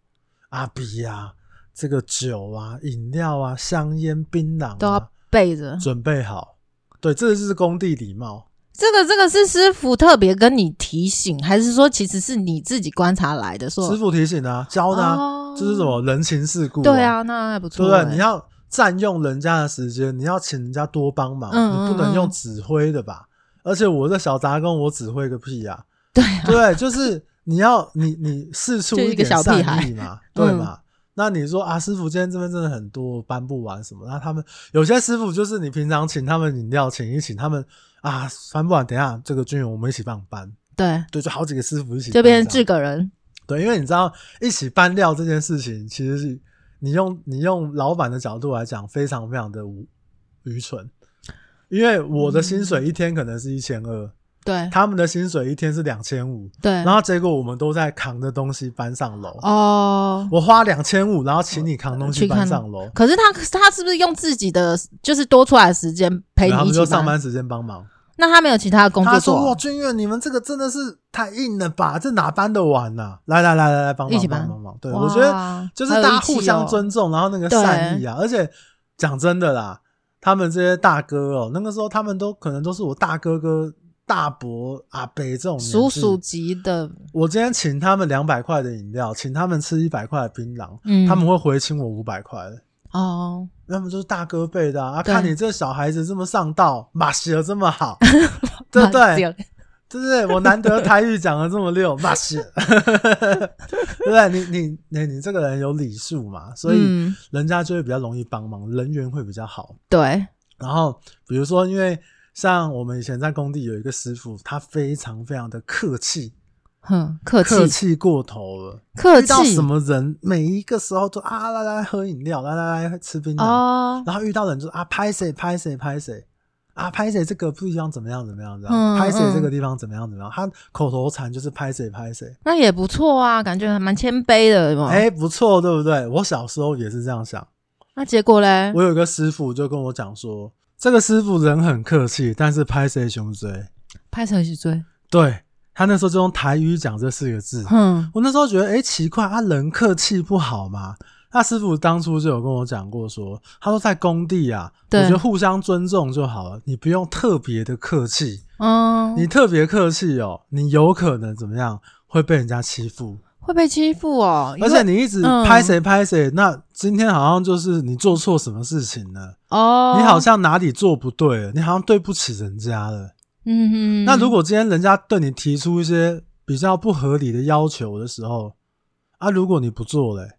Speaker 1: 阿比呀、这个酒啊、饮料啊、香烟、槟榔、啊、
Speaker 2: 都要背着。
Speaker 1: 准备好。对，这就是工地礼貌。
Speaker 2: 这个这个是师傅特别跟你提醒，还是说其实是你自己观察来的？说
Speaker 1: 师傅提醒的、啊，教的、啊，
Speaker 2: 哦
Speaker 1: 这是什么人情世故、
Speaker 2: 对，啊，那还不
Speaker 1: 对
Speaker 2: 错
Speaker 1: 不
Speaker 2: 欸、
Speaker 1: 对？你要占用人家的时间，你要请人家多帮忙，
Speaker 2: 嗯
Speaker 1: 你不能
Speaker 2: 嗯嗯
Speaker 1: 用指挥的吧？而且我这小杂工，我指挥个屁呀、
Speaker 2: 对啊，
Speaker 1: 对，就是你要你你试出
Speaker 2: 就是一个
Speaker 1: 点
Speaker 2: 小屁孩嗯
Speaker 1: 善意嘛，对嘛？那你说啊，师傅今天这边真的很多，搬不完什么？那他们有些师傅就是你平常请他们饮料，请一请他们啊，搬不完，等一下这个军人我们一起帮你搬，
Speaker 2: 对，
Speaker 1: 对，就好几个师傅一起
Speaker 2: 就
Speaker 1: 搬
Speaker 2: 变成
Speaker 1: 这样
Speaker 2: 自个人，
Speaker 1: 对，因为你知道一起搬料这件事情，其实是你用你用老板的角度来讲，非常非常的无愚蠢，因为我的薪
Speaker 2: 嗯
Speaker 1: 水一天可能是一千二，
Speaker 2: 对
Speaker 1: 他们的薪水一天是两千五，
Speaker 2: 对，
Speaker 1: 然后结果我们都在扛着东西搬上楼。
Speaker 2: 嗯哦。
Speaker 1: 我花两千五，然后请你扛东西
Speaker 2: 去看
Speaker 1: 搬上楼，
Speaker 2: 可是他他是不是用自己的就是多出来的时间陪
Speaker 1: 然后他
Speaker 2: 你一
Speaker 1: 们
Speaker 2: 起
Speaker 1: 就上
Speaker 2: 搬？
Speaker 1: 班时间帮忙。
Speaker 2: 那他没有其他的工
Speaker 1: 他
Speaker 2: 作
Speaker 1: 说：“
Speaker 2: 做
Speaker 1: 哇，
Speaker 2: 啊，
Speaker 1: 君越，你们这个真的是太硬了吧？这哪搬得完呐、啊来来来来来，帮忙
Speaker 2: 一起
Speaker 1: 帮
Speaker 2: 搬
Speaker 1: 帮忙。对，
Speaker 2: 哇
Speaker 1: 我觉得就是
Speaker 2: 好有
Speaker 1: 大家
Speaker 2: 义气
Speaker 1: 互相
Speaker 2: 哦
Speaker 1: 尊重，然后那个
Speaker 2: 对
Speaker 1: 善意啊。而且讲真的啦，他们这些大哥哦，那个时候他们都可能都是我大哥哥、大伯、阿伯这种年纪
Speaker 2: 叔叔。级的，
Speaker 1: 我今天请他们两百块的饮料，请他们吃一百块的槟榔，
Speaker 2: 嗯，
Speaker 1: 他们会回请我五百块的。
Speaker 2: 哦，
Speaker 1: 那么就是大哥辈的啊，啊
Speaker 2: 对
Speaker 1: 看你这小孩子这么上道，马戏儿这么 好，对不对？对不对？我难得台语讲的这么溜，骂死，对不对？你你你你这个人有礼数嘛，所以
Speaker 2: 嗯，
Speaker 1: 人家就会比较容易帮忙，人缘会比较好。
Speaker 2: 对，
Speaker 1: 然后比如说，因为像我们以前在工地有一个师傅，他非常非常的客气，
Speaker 2: 哼，客气
Speaker 1: 客气过头了，
Speaker 2: 客
Speaker 1: 遇到
Speaker 2: 气
Speaker 1: 什么人，每一个时候都啊来来喝饮料，来来来吃槟榔，
Speaker 2: 哦，
Speaker 1: 然后遇到人就啊拍谁拍谁拍谁啊拍谁这个地方怎么样怎么样怎么样，
Speaker 2: 嗯
Speaker 1: 拍谁这
Speaker 2: 嗯
Speaker 1: 个地方怎么样怎么样，他口头禅就是拍谁拍谁，
Speaker 2: 那也不错啊，感觉还蛮谦卑的，有没有
Speaker 1: 哎、不错，对不对？我小时候也是这样想。
Speaker 2: 那结果嘞？
Speaker 1: 我有一个师傅就跟我讲说，这个师傅人很客气，但是拍谁胸椎，
Speaker 2: 拍手去追，
Speaker 1: 对他那时候就用台语讲这四个字。
Speaker 2: 哼，
Speaker 1: 啊我那时候觉得，哎、奇怪，他、人客气不好嘛，他师傅当初就有跟我讲过说，他说在工地啊，我
Speaker 2: 对
Speaker 1: 觉得互相尊重就好了，你不用特别的客气，
Speaker 2: 嗯，
Speaker 1: 你特别客气哦，你有可能怎么样会被人家欺负，
Speaker 2: 会被欺负哦，
Speaker 1: 而
Speaker 2: 因
Speaker 1: 且
Speaker 2: 为
Speaker 1: 你一直
Speaker 2: 嗯
Speaker 1: 拍谁拍谁，那今天好像就是你做错什么事情了，
Speaker 2: 哦，
Speaker 1: 你好，像哪里做不对了，你好像对不起人家了。
Speaker 2: 嗯嗯，
Speaker 1: 那如果今天人家对你提出一些比较不合理的要求的时候，啊，如果你不做嘞，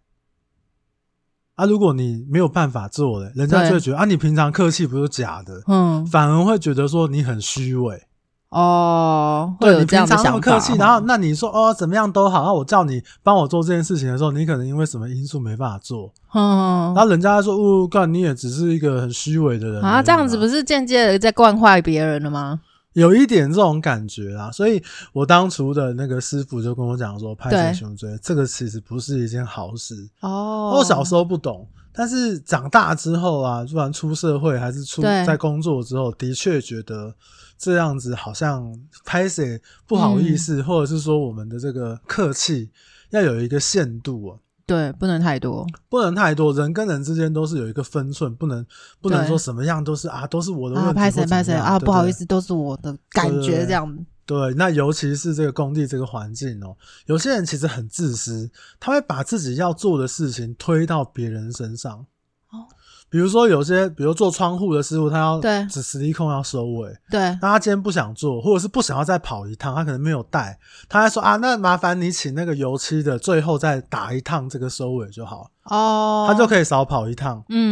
Speaker 1: 啊，如果你没有办法做嘞，人家
Speaker 2: 对
Speaker 1: 就会觉得啊，你平常客气不是假的，
Speaker 2: 嗯
Speaker 1: 反而会觉得说你很虚伪。
Speaker 2: 哦，会
Speaker 1: 对
Speaker 2: 有
Speaker 1: 你
Speaker 2: 这
Speaker 1: 平
Speaker 2: 样的
Speaker 1: 常那
Speaker 2: 想
Speaker 1: 么
Speaker 2: 法，
Speaker 1: 客气，然
Speaker 2: 哦
Speaker 1: 后那你说哦怎么样都好，那我叫你帮我做这件事情的时候，你可能因为什么因素没办法做，
Speaker 2: 嗯
Speaker 1: 然后人家说哦，干你也只是一个很虚伪的人而
Speaker 2: 啊，
Speaker 1: 已
Speaker 2: 这样子
Speaker 1: 嘛
Speaker 2: 不是间接的在惯坏别人了吗？
Speaker 1: 有一点这种感觉啦，所以我当初的那个师傅就跟我讲说，拍
Speaker 2: 对
Speaker 1: 谁胸椎这个其实不是一件好事。
Speaker 2: 哦，
Speaker 1: 我小时候不懂，但是长大之后啊，不管出社会还是出
Speaker 2: 对
Speaker 1: 在工作之后，的确觉得这样子好像拍谁不好
Speaker 2: 嗯
Speaker 1: 意思，或者是说我们的这个客气要有一个限度啊。
Speaker 2: 对不能太多，
Speaker 1: 不能太多，人跟人之间都是有一个分寸，不能不能
Speaker 2: 对
Speaker 1: 说什么样都是啊，都是我的问题。
Speaker 2: 啊，拍
Speaker 1: 或怎
Speaker 2: 谁
Speaker 1: 么
Speaker 2: 拍谁
Speaker 1: 样
Speaker 2: 啊，
Speaker 1: 对
Speaker 2: 不好
Speaker 1: 对
Speaker 2: 意思，都是我的感
Speaker 1: 对对
Speaker 2: 觉
Speaker 1: 对
Speaker 2: 这样，
Speaker 1: 对，那尤其是这个工地这个环境哦，有些人其实很自私，他会把自己要做的事情推到别人身上。
Speaker 2: 哦，
Speaker 1: 比如说有些，比如做窗户的师傅，他要
Speaker 2: 对
Speaker 1: 只实力控要收尾，
Speaker 2: 对，
Speaker 1: 那他今天不想做，或者是不想要再跑一趟，他可能没有带，他还说啊，那麻烦你请那个油漆的最后再打一趟这个收尾就好，
Speaker 2: 哦，
Speaker 1: 他就可以少跑一趟。
Speaker 2: 嗯嗯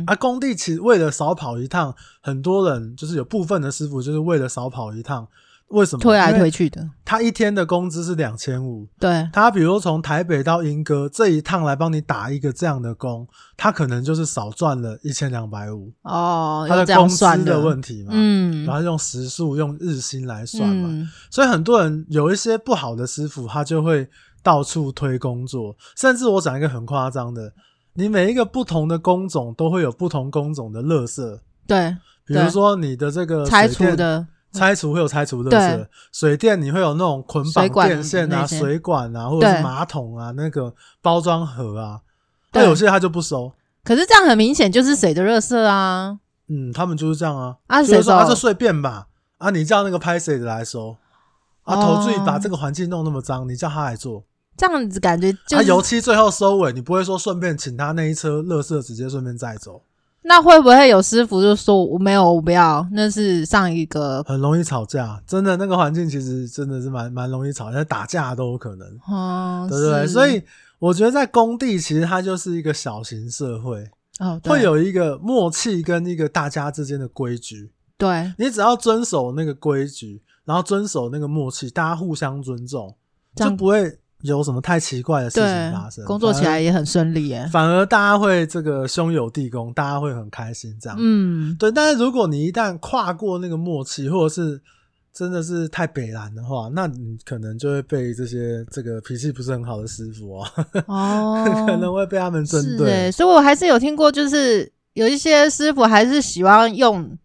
Speaker 2: 嗯，
Speaker 1: 啊，工地其实为了少跑一趟，很多人就是有部分的师傅就是为了少跑一趟，为什么
Speaker 2: 推来
Speaker 1: 因为
Speaker 2: 推去的，
Speaker 1: 他一天的工资是两千五，
Speaker 2: 对，
Speaker 1: 他比如说从台北到莺歌这一趟来帮你打一个这样的工，他可能就是少赚了一千两百五，
Speaker 2: 哦，
Speaker 1: 他
Speaker 2: 要这
Speaker 1: 的
Speaker 2: 样
Speaker 1: 工资
Speaker 2: 算
Speaker 1: 的问题嘛，
Speaker 2: 嗯，
Speaker 1: 然后用时数用日薪来算嘛，
Speaker 2: 嗯
Speaker 1: 所以很多人有一些不好的师傅，他就会到处推工作，甚至我讲一个很夸张的，你每一个不同的工种都会有不同工种的垃圾，
Speaker 2: 对，
Speaker 1: 比如
Speaker 2: 对
Speaker 1: 说你的这个
Speaker 2: 拆
Speaker 1: 水
Speaker 2: 除
Speaker 1: 电
Speaker 2: 的，
Speaker 1: 拆除会有拆除垃圾
Speaker 2: 对，
Speaker 1: 水电你会有那种捆绑
Speaker 2: 水管
Speaker 1: 电线啊、
Speaker 2: 那些
Speaker 1: 水管啊，或者是
Speaker 2: 对
Speaker 1: 马桶啊、那个包装盒啊，
Speaker 2: 对
Speaker 1: 那有些他就不收，
Speaker 2: 可是这样很明显就是谁的热色啊，
Speaker 1: 嗯，他们就是这样啊，
Speaker 2: 啊
Speaker 1: 就是
Speaker 2: 谁
Speaker 1: 说
Speaker 2: 收？
Speaker 1: 啊就随便吧，啊你叫那个拍谁的来收，啊
Speaker 2: 哦
Speaker 1: 投注把这个环境弄那么脏，你叫他来做，
Speaker 2: 这样子感觉就
Speaker 1: 啊
Speaker 2: 是
Speaker 1: 油漆最后收尾，你不会说顺便请他那一车垃圾直接顺便载走，
Speaker 2: 那会不会有师傅就说我没有，我不要，那是上一个，
Speaker 1: 很容易吵架，真的那个环境其实真的是蛮蛮容易吵架，打架都有可能。
Speaker 2: 嗯，
Speaker 1: 对不对？
Speaker 2: 是
Speaker 1: 所以我觉得在工地其实它就是一个小型社会，
Speaker 2: 哦，对
Speaker 1: 会有一个默契跟一个大家之间的规矩。
Speaker 2: 对，
Speaker 1: 你只要遵守那个规矩，然后遵守那个默契，大家互相尊重，
Speaker 2: 这
Speaker 1: 就
Speaker 2: 样
Speaker 1: 不会有什么太奇怪的事情
Speaker 2: 对
Speaker 1: 发生。
Speaker 2: 工作起来也很顺利耶
Speaker 1: 反而，。反而大家会这个兄友弟恭，大家会很开心这样。
Speaker 2: 嗯，
Speaker 1: 对，但是如果你一旦跨过那个默契，或者是真的是太北蓝的话，那你可能就会被这些这个脾气不是很好的师傅哦，，
Speaker 2: 哦
Speaker 1: 可能会被他们针
Speaker 2: 是欸
Speaker 1: 对
Speaker 2: 耶，。所以我还是有听过，就是有一些师傅还是喜欢用，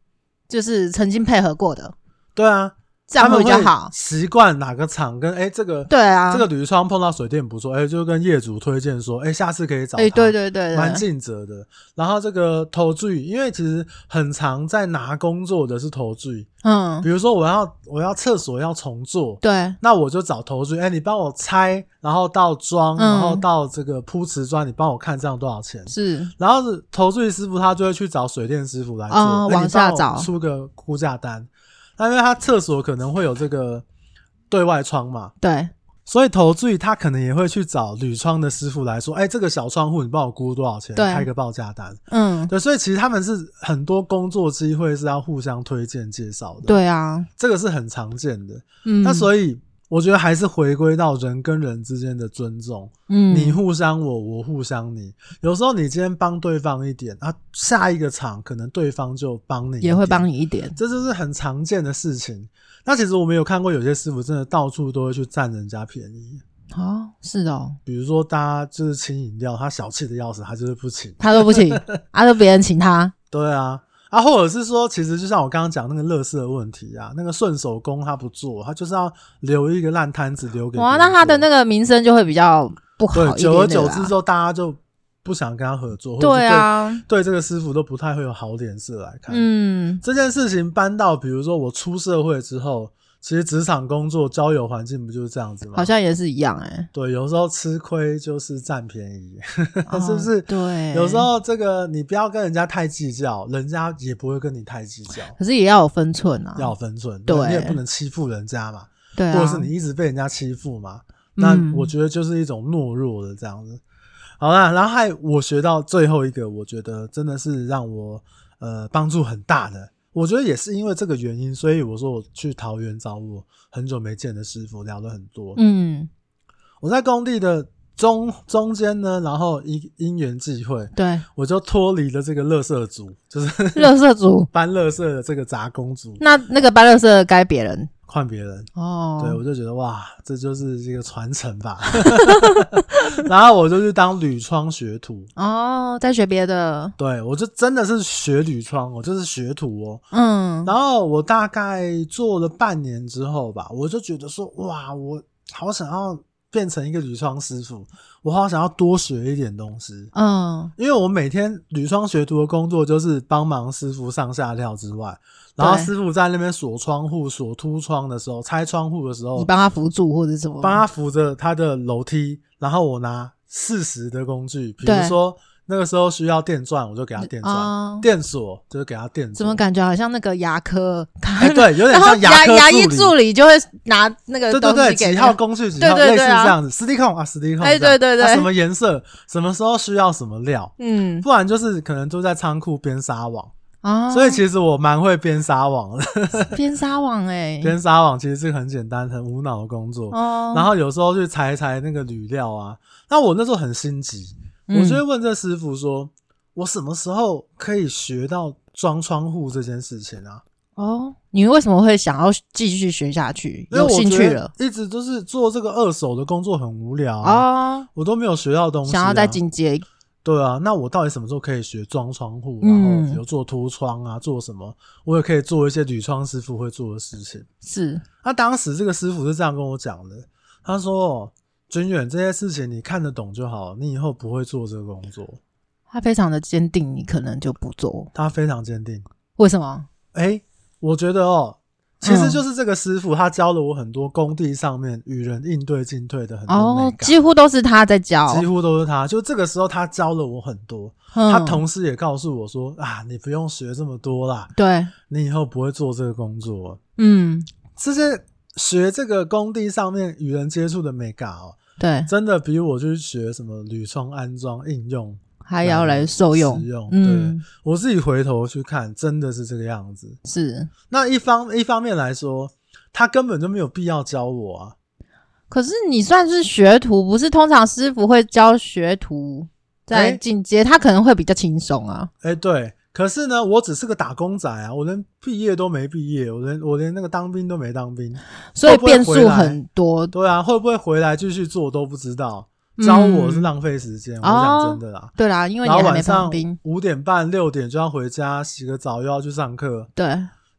Speaker 2: 就是曾经配合过的，
Speaker 1: 对啊，
Speaker 2: 这样
Speaker 1: 他们
Speaker 2: 比较好。
Speaker 1: 习惯哪个厂跟哎、这个、
Speaker 2: 对啊，
Speaker 1: 这个铝窗碰到水电不错，哎、就跟业主推荐说，哎、下次可以找他。
Speaker 2: 哎，对对对
Speaker 1: 蛮
Speaker 2: 对，
Speaker 1: 尽责的，然后这个投注，因为其实很常在拿工作的是投注，
Speaker 2: 嗯，
Speaker 1: 比如说我要我要厕所要重做，
Speaker 2: 对
Speaker 1: 那我就找投注，哎、你帮我拆，然后到装，
Speaker 2: 嗯
Speaker 1: 然后到这个铺瓷砖，你帮我看这样多少钱？
Speaker 2: 是，
Speaker 1: 然后是投注师傅他就会去找水电师傅来做，
Speaker 2: 哦
Speaker 1: 哎你
Speaker 2: 往下找
Speaker 1: 帮我出个估价单。那因为他厕所可能会有这个对外窗嘛，
Speaker 2: 对
Speaker 1: 所以投注他可能也会去找铝窗的师傅来说，哎、这个小窗户你帮我估多少钱，
Speaker 2: 对
Speaker 1: 开个报价单。
Speaker 2: 嗯，
Speaker 1: 对，所以其实他们是很多工作机会是要互相推荐介绍的，
Speaker 2: 对啊，
Speaker 1: 这个是很常见的。
Speaker 2: 嗯，
Speaker 1: 那
Speaker 2: 以
Speaker 1: 所以我觉得还是回归到人跟人之间的尊重，你
Speaker 2: 嗯，
Speaker 1: 互相我，我互相你。有时候你今天帮对方一点，啊，下一个场可能对方就帮你，
Speaker 2: 也会帮，你一点，
Speaker 1: 这就是很常见的事情。那其实我们有看过有些师傅真的到处都会去占人家便宜，
Speaker 2: 哦，是哦，
Speaker 1: 比如说大家就是请饮料，他小气的要死，他就是不请。
Speaker 2: 他都 不请，啊，都别人请他，
Speaker 1: 对啊，啊，或者是说，其实就像我刚刚讲那个乐色的问题啊，那个顺手工他不做，他就是要留一个烂摊子留给别
Speaker 2: 哇，
Speaker 1: 人
Speaker 2: 那他的
Speaker 1: 做
Speaker 2: 那个名声就会比较不好
Speaker 1: 对，
Speaker 2: 一
Speaker 1: 久而
Speaker 2: 点
Speaker 1: 久
Speaker 2: 点
Speaker 1: 之
Speaker 2: 啦
Speaker 1: 之后，大家就不想跟他合作，或者是
Speaker 2: 对啊，
Speaker 1: 对这个师傅都不太会有好脸色来看。
Speaker 2: 嗯，
Speaker 1: 这件事情搬到比如说我出社会之后，其实职场工作交友环境不就是这样子吗？
Speaker 2: 好像也是一样哎、
Speaker 1: 对，有时候吃亏就是占便宜，
Speaker 2: 哦
Speaker 1: 是不是
Speaker 2: 对，
Speaker 1: 有时候这个你不要跟人家太计较，人家也不会跟你太计较，
Speaker 2: 可是也要有分寸啊，
Speaker 1: 要有分寸，
Speaker 2: 嗯对
Speaker 1: 你也不能欺负人家嘛，
Speaker 2: 对啊，
Speaker 1: 或者是你一直被人家欺负嘛，那
Speaker 2: 嗯
Speaker 1: 我觉得就是一种懦弱的这样子。好啦，然后还我学到最后一个，我觉得真的是让我呃帮助很大的。我觉得也是因为这个原因，所以我说我去桃园找我很久没见的师傅，聊了很多。
Speaker 2: 嗯，
Speaker 1: 我在工地的中中间呢，然后因因缘际会，
Speaker 2: 对，
Speaker 1: 我就脱离了这个乐色组，就是
Speaker 2: 乐色组，
Speaker 1: 搬乐色的这个杂工组，
Speaker 2: 那那个搬乐色该别人
Speaker 1: 换别人。
Speaker 2: 哦，
Speaker 1: 对，我就觉得哇，这就是一个传承吧。 然后我就去当铝窗学徒，
Speaker 2: 哦，在学别的，
Speaker 1: 对我就真的是学铝窗，我就是学徒哦。
Speaker 2: 嗯，
Speaker 1: 然后我大概做了半年之后吧，我就觉得说哇，我好想要变成一个铝窗师傅，我好想要多学一点东西。
Speaker 2: 嗯，
Speaker 1: 因为我每天铝窗学徒的工作就是帮忙师傅上下料之外，然后
Speaker 2: 对
Speaker 1: 师傅在那边锁窗户、锁凸窗的时候、拆窗户的时候
Speaker 2: 你，帮他扶住或者什么，
Speaker 1: 哦帮他扶着他的楼梯，然后我拿适时的工具，比如
Speaker 2: 对
Speaker 1: 说那个时候需要电钻，我就给他电钻；
Speaker 2: 哦
Speaker 1: 电锁就是给他电锁。
Speaker 2: 怎么？感觉好像那个牙科，
Speaker 1: 哎、对，有点
Speaker 2: 然后
Speaker 1: 像
Speaker 2: 牙
Speaker 1: 科
Speaker 2: 牙医
Speaker 1: 理。
Speaker 2: 助理就会拿那个
Speaker 1: 对对
Speaker 2: 东
Speaker 1: 对，
Speaker 2: 西给
Speaker 1: 几
Speaker 2: 你
Speaker 1: 号工具几
Speaker 2: 对
Speaker 1: 号，
Speaker 2: 对
Speaker 1: 类似
Speaker 2: 对啊
Speaker 1: 这样子，斯力控啊，斯力控这
Speaker 2: 哎
Speaker 1: 样，
Speaker 2: 对对对
Speaker 1: 啊什么颜色，什么时候需要什么料，
Speaker 2: 嗯
Speaker 1: 不然就是可能都在仓库边撒网，
Speaker 2: 啊，
Speaker 1: 哦所以其实我蛮会编撒网的，
Speaker 2: 嗯边撒网哎、
Speaker 1: 编撒网其实是很简单、很无脑的工作。
Speaker 2: 哦，
Speaker 1: 然后有时候去裁裁那个铝料啊。那我那时候很心急，
Speaker 2: 嗯
Speaker 1: 我就会问这师傅说：“我什么时候可以学到装窗户这件事情啊？
Speaker 2: 哦，你为什么会想要继续学下去？
Speaker 1: 因为
Speaker 2: 有
Speaker 1: 我
Speaker 2: 兴
Speaker 1: 觉
Speaker 2: 趣
Speaker 1: 得
Speaker 2: 了
Speaker 1: 一直都是做这个二手的工作很无聊啊，
Speaker 2: 哦，
Speaker 1: 我都没有学到东西、啊。
Speaker 2: 想要再进阶，
Speaker 1: 对啊，那我到底什么时候可以学装窗户？然
Speaker 2: 嗯
Speaker 1: 后比如做凸窗啊，做什么，我也可以做一些铝窗师傅会做的事情。”
Speaker 2: 是
Speaker 1: 那当时这个师傅是这样跟我讲的，他说：“君远，这些事情你看得懂就好，你以后不会做这个工作。
Speaker 2: 他非常的坚定，你可能就不做，”
Speaker 1: 他非常坚定。
Speaker 2: 为什么？
Speaker 1: 哎、我觉得哦，其实
Speaker 2: 嗯
Speaker 1: 就是这个师傅他教了我很多工地上面与人应对进退的很多美
Speaker 2: 哦，
Speaker 1: 感
Speaker 2: 几乎都是他在教，
Speaker 1: 几乎都是他。就这个时候他教了我很多，
Speaker 2: 嗯
Speaker 1: 他同时也告诉我说：“啊，你不用学这么多啦，
Speaker 2: 对，
Speaker 1: 你以后不会做这个工作。”哦
Speaker 2: 嗯，
Speaker 1: 这些学这个工地上面与人接触的美感哦。
Speaker 2: 对，
Speaker 1: 真的比我去学什么铝窗安装应用，
Speaker 2: 还要来受用，
Speaker 1: 使用
Speaker 2: 嗯，
Speaker 1: 我自己回头去看，真的是这个样子。
Speaker 2: 是。
Speaker 1: 那一方一方面来说，他根本就没有必要教我啊。
Speaker 2: 可是你算是学徒，不是？通常师傅会教学徒在
Speaker 1: 哎
Speaker 2: 进阶，他可能会比较轻松啊。
Speaker 1: 哎、对，可是呢，我只是个打工仔啊，我连毕业都没毕业，我连我连那个当兵都没当兵。
Speaker 2: 所以
Speaker 1: 会不会
Speaker 2: 变
Speaker 1: 回
Speaker 2: 数
Speaker 1: 来
Speaker 2: 很多。
Speaker 1: 对啊，会不会回来继续做都不知道。教我是
Speaker 2: 嗯
Speaker 1: 浪费时间，我
Speaker 2: 哦
Speaker 1: 讲真的啦。
Speaker 2: 对啦，因为
Speaker 1: 然
Speaker 2: 你
Speaker 1: 后
Speaker 2: 还没
Speaker 1: 晚
Speaker 2: 当
Speaker 1: 上
Speaker 2: 兵，
Speaker 1: 五点半六点就要回家，洗个澡又要去上课，
Speaker 2: 对，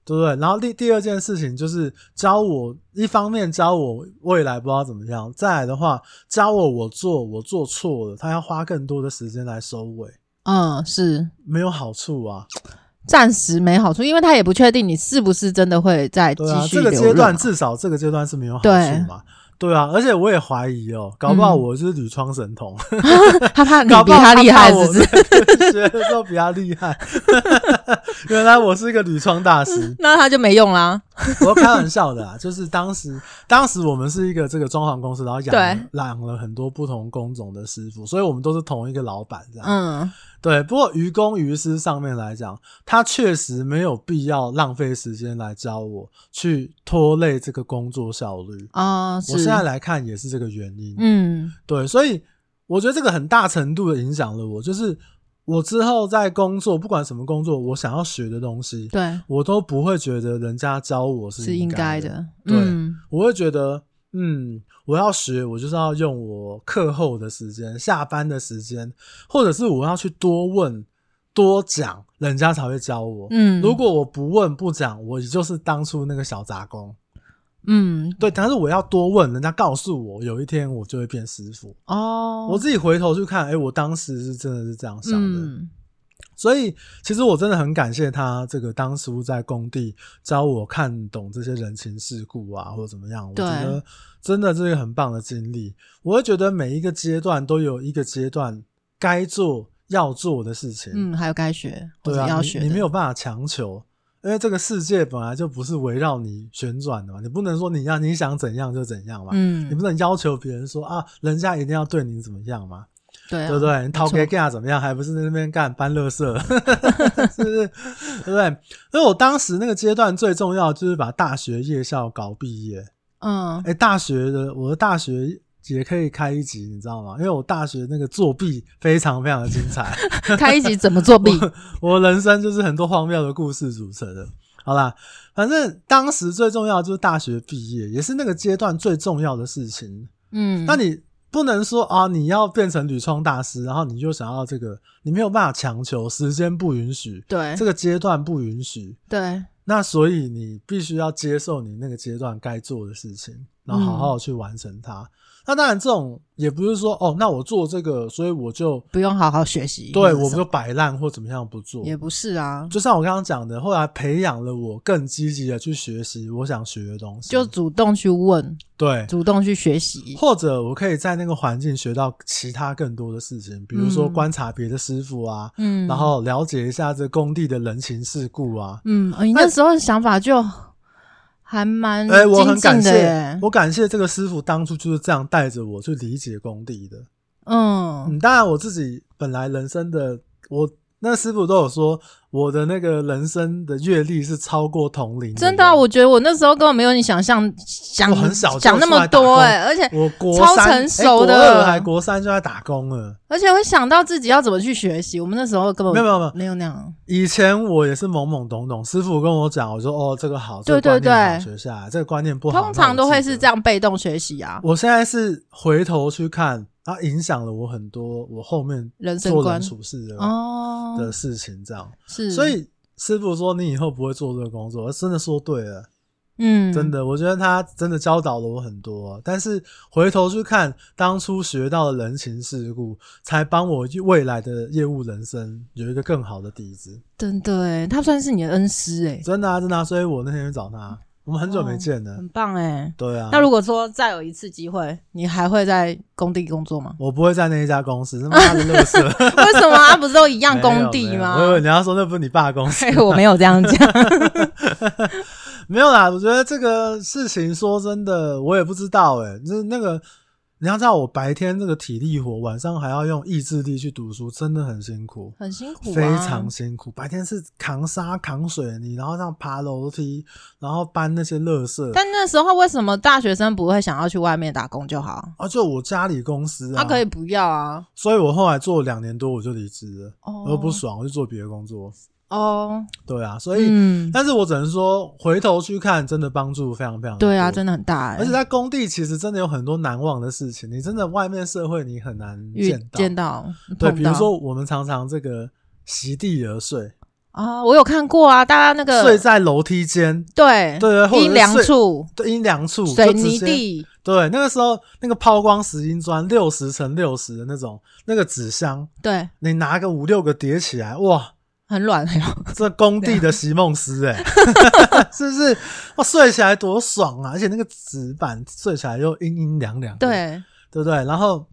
Speaker 1: 对不对？然后第第二件事情就是教我，一方面教我未来不知道怎么样，再来的话教我我做我做错了，他要花更多的时间来收尾，
Speaker 2: 嗯，是
Speaker 1: 没有好处啊。
Speaker 2: 暂时没好处，因为他也不确定你是不是真的会再继
Speaker 1: 对啊，
Speaker 2: 续
Speaker 1: 这个
Speaker 2: 留
Speaker 1: 阶
Speaker 2: 任
Speaker 1: 段
Speaker 2: 啊。
Speaker 1: 至少这个阶段是没有好
Speaker 2: 对
Speaker 1: 处嘛。对啊，而且我也怀疑哦，搞不好
Speaker 2: 嗯
Speaker 1: 我是铝窗神童，
Speaker 2: 他怕你
Speaker 1: 搞
Speaker 2: 比
Speaker 1: 不好
Speaker 2: 他厉害，
Speaker 1: 怕
Speaker 2: 是
Speaker 1: 我
Speaker 2: 不是？
Speaker 1: 学的时候比他厉害。 原来我是一个铝窗大 师，
Speaker 2: 那他就没用啦。
Speaker 1: 我开玩笑的啦，啊就是当时当时我们是一个这个装潢公司，然后养了养了很多不同工种的师傅，所以我们都是同一个老板这样。
Speaker 2: 嗯，
Speaker 1: 对，不过于公于私上面来讲，他确实没有必要浪费时间来教我去拖累这个工作效率。
Speaker 2: 啊，
Speaker 1: 我
Speaker 2: 是
Speaker 1: 现，在来看也是这个原因。
Speaker 2: 嗯，
Speaker 1: 对，所以我觉得这个很大程度的影响了我，就是我之后在工作，不管什么工作，我想要学的东西。
Speaker 2: 对，
Speaker 1: 我都不会觉得人家教我是
Speaker 2: 是应该
Speaker 1: 的，
Speaker 2: 的。
Speaker 1: 对
Speaker 2: 嗯，
Speaker 1: 我会觉得，嗯，我要学，我就是要用我课后的时间、下班的时间，或者是我要去多问、多讲，人家才会教我。
Speaker 2: 嗯
Speaker 1: 如果我不问不讲，我就是当初那个小杂工。
Speaker 2: 嗯，
Speaker 1: 对，但是我要多问，人家告诉我，有一天我就会变师傅。
Speaker 2: 哦，
Speaker 1: 我自己回头去看，哎、我当时是真的是这样想的。
Speaker 2: 嗯
Speaker 1: 所以其实我真的很感谢他，这个当初在工地教我看懂这些人情世故啊，或者怎么样，我觉
Speaker 2: 对
Speaker 1: 得真的是一个很棒的经历。我会觉得每一个阶段都有一个阶段该做要做的事情，
Speaker 2: 嗯，还有该学或
Speaker 1: 对
Speaker 2: 者
Speaker 1: 啊，
Speaker 2: 要
Speaker 1: 你
Speaker 2: 学
Speaker 1: 你
Speaker 2: 的
Speaker 1: 没有办法强求。因为这个世界本来就不是围绕你旋转的嘛，你不能说你要你想怎样就怎样嘛，
Speaker 2: 嗯
Speaker 1: 你不能要求别人说啊，人家一定要对你怎么样嘛，
Speaker 2: 对啊
Speaker 1: 对不对？你逃
Speaker 2: 错
Speaker 1: 给干怎么样？还不是在那边干搬垃圾， 是不是？对不对？所以我当时那个阶段最重要就是把大学夜校搞毕业。
Speaker 2: 嗯
Speaker 1: 哎，大学的我的大学也可以开一集，你知道吗？因为我大学那个作弊非常非常的精彩，
Speaker 2: 开一集怎么作弊
Speaker 1: 我人生就是很多荒谬的故事组成的。好啦，反正当时最重要就是大学毕业，也是那个阶段最重要的事情。
Speaker 2: 嗯
Speaker 1: 那你不能说啊，你要变成屡创大师，然后你就想要这个，你没有办法强求，时间不允许，
Speaker 2: 对
Speaker 1: 这个阶段不允许，
Speaker 2: 对
Speaker 1: 那所以你必须要接受你那个阶段该做的事情，然后好好地去完成它。
Speaker 2: 嗯
Speaker 1: 那当然，这种也不是说哦，那我做这个，所以我就
Speaker 2: 不用好好学习或
Speaker 1: 对
Speaker 2: 者
Speaker 1: 我
Speaker 2: 什
Speaker 1: 就
Speaker 2: 么
Speaker 1: 摆烂或怎么样不做。
Speaker 2: 嗯也不是啊，
Speaker 1: 就像我刚刚讲的，后来培养了我更积极的去学习我想学的东西，
Speaker 2: 就主动去问，
Speaker 1: 对，
Speaker 2: 主动去学习，
Speaker 1: 或者我可以在那个环境学到其他更多的事情，比如说观察别的师傅啊，
Speaker 2: 嗯，
Speaker 1: 然后了解一下这工地的人情世故啊。
Speaker 2: 嗯，呃你那时候的想法就还蛮
Speaker 1: 哎、我很感
Speaker 2: 嗯精进的
Speaker 1: 谢
Speaker 2: 耶，
Speaker 1: 我感谢这个师傅当初就是这样带着我去理解工地的。嗯，
Speaker 2: 嗯
Speaker 1: 当然我自己本来人生的我。那师傅都有说，我的那个人生的阅历是超过同龄人。
Speaker 2: 真的啊、我觉得我那时候根本没有你想象讲
Speaker 1: 我很小就
Speaker 2: 讲那
Speaker 1: 出
Speaker 2: 么
Speaker 1: 来打
Speaker 2: 多
Speaker 1: 工
Speaker 2: 哎、而且
Speaker 1: 我国三
Speaker 2: 超成熟的
Speaker 1: 哎国二还国三就在打工了。
Speaker 2: 而且会想到自己要怎么去学习，我们那时候根本
Speaker 1: 没有没有没有
Speaker 2: 没有那样，
Speaker 1: 以前我也是懵懵懂懂，师傅跟我讲，我说哦，这个好，
Speaker 2: 对
Speaker 1: 这个观念好
Speaker 2: 对对
Speaker 1: 学下来，这个观念不好，
Speaker 2: 通常都会是这
Speaker 1: 样。
Speaker 2: 样被动学习啊，
Speaker 1: 我现在是回头去看，它影响了我很多，我后面
Speaker 2: 人生
Speaker 1: 做人
Speaker 2: 观
Speaker 1: 处事的、
Speaker 2: 哦，
Speaker 1: 的事情这样。
Speaker 2: 是，
Speaker 1: 啊所以师傅说你以后不会做这个工作，真的说对了，
Speaker 2: 嗯，
Speaker 1: 真的，我觉得他真的教导了我很多。但是回头去看当初学到的人情世故，才帮我未来的业务人生有一个更好的底子。
Speaker 2: 真的哎、他算是你的恩师哎、
Speaker 1: 真的啊，真的啊，所以我那天去找他，我们很久没见了。
Speaker 2: 很棒哎、
Speaker 1: 对啊，
Speaker 2: 那如果说再有一次机会，你还会在工地
Speaker 1: ？
Speaker 2: 工作吗
Speaker 1: 我不会在那一家公司，他妈的乐 色，
Speaker 2: 为什么啊？不是都一样
Speaker 1: 没
Speaker 2: 工
Speaker 1: 有
Speaker 2: 地
Speaker 1: 没有
Speaker 2: 吗？
Speaker 1: 我以 为你要说那不是你爸公司，
Speaker 2: 嘿，我没有这样 讲。
Speaker 1: 没有啦。我觉得这个事情说真的，我也不知道哎、就是那个你要知道，我白天这个体力活，晚上还要用意志力去读书，真的很辛苦。
Speaker 2: 很辛苦、啊，
Speaker 1: 非常辛苦，白天是扛沙扛水泥，然后这样爬楼梯，然后搬那些垃圾。
Speaker 2: 但那时候为什么大学生不会想要去外面打工就好？
Speaker 1: 啊，就我家里公司
Speaker 2: 他、
Speaker 1: 啊，
Speaker 2: 可以不要啊。
Speaker 1: 所以我后来做两年多我就离职了，
Speaker 2: 哦
Speaker 1: 我又不爽，我就做别的工作。
Speaker 2: 哦，
Speaker 1: 对啊，所以，
Speaker 2: 嗯，
Speaker 1: 但是我只能说，回头去看，真的帮助非常非常
Speaker 2: 对啊，
Speaker 1: 多
Speaker 2: 真的很大、欸，
Speaker 1: 而且在工地其实真的有很多难忘的事情，你真的外面社会你很难
Speaker 2: 遇
Speaker 1: 见到。
Speaker 2: 见到
Speaker 1: 对，
Speaker 2: 碰
Speaker 1: 比如
Speaker 2: 到
Speaker 1: 说我们常常这个席地而睡，
Speaker 2: 啊，我有看过啊，大家那个
Speaker 1: 睡在楼梯间，
Speaker 2: 对
Speaker 1: 对对啊或者是
Speaker 2: 阴凉
Speaker 1: 睡
Speaker 2: 处、
Speaker 1: 对阴凉处，
Speaker 2: 水
Speaker 1: 就直
Speaker 2: 泥
Speaker 1: 接。
Speaker 2: 地，
Speaker 1: 对，那个时候那个抛光石英砖六十乘六十的那种那个纸箱，
Speaker 2: 对，
Speaker 1: 你拿个五六个叠起来，哇，
Speaker 2: 很 软，哎呦
Speaker 1: 这工地
Speaker 2: 啊
Speaker 1: 的席梦思哎、 是不是？哇，睡起来多爽啊！而且那个纸板睡起来又阴阴凉凉的，
Speaker 2: 对，
Speaker 1: 对不对？然后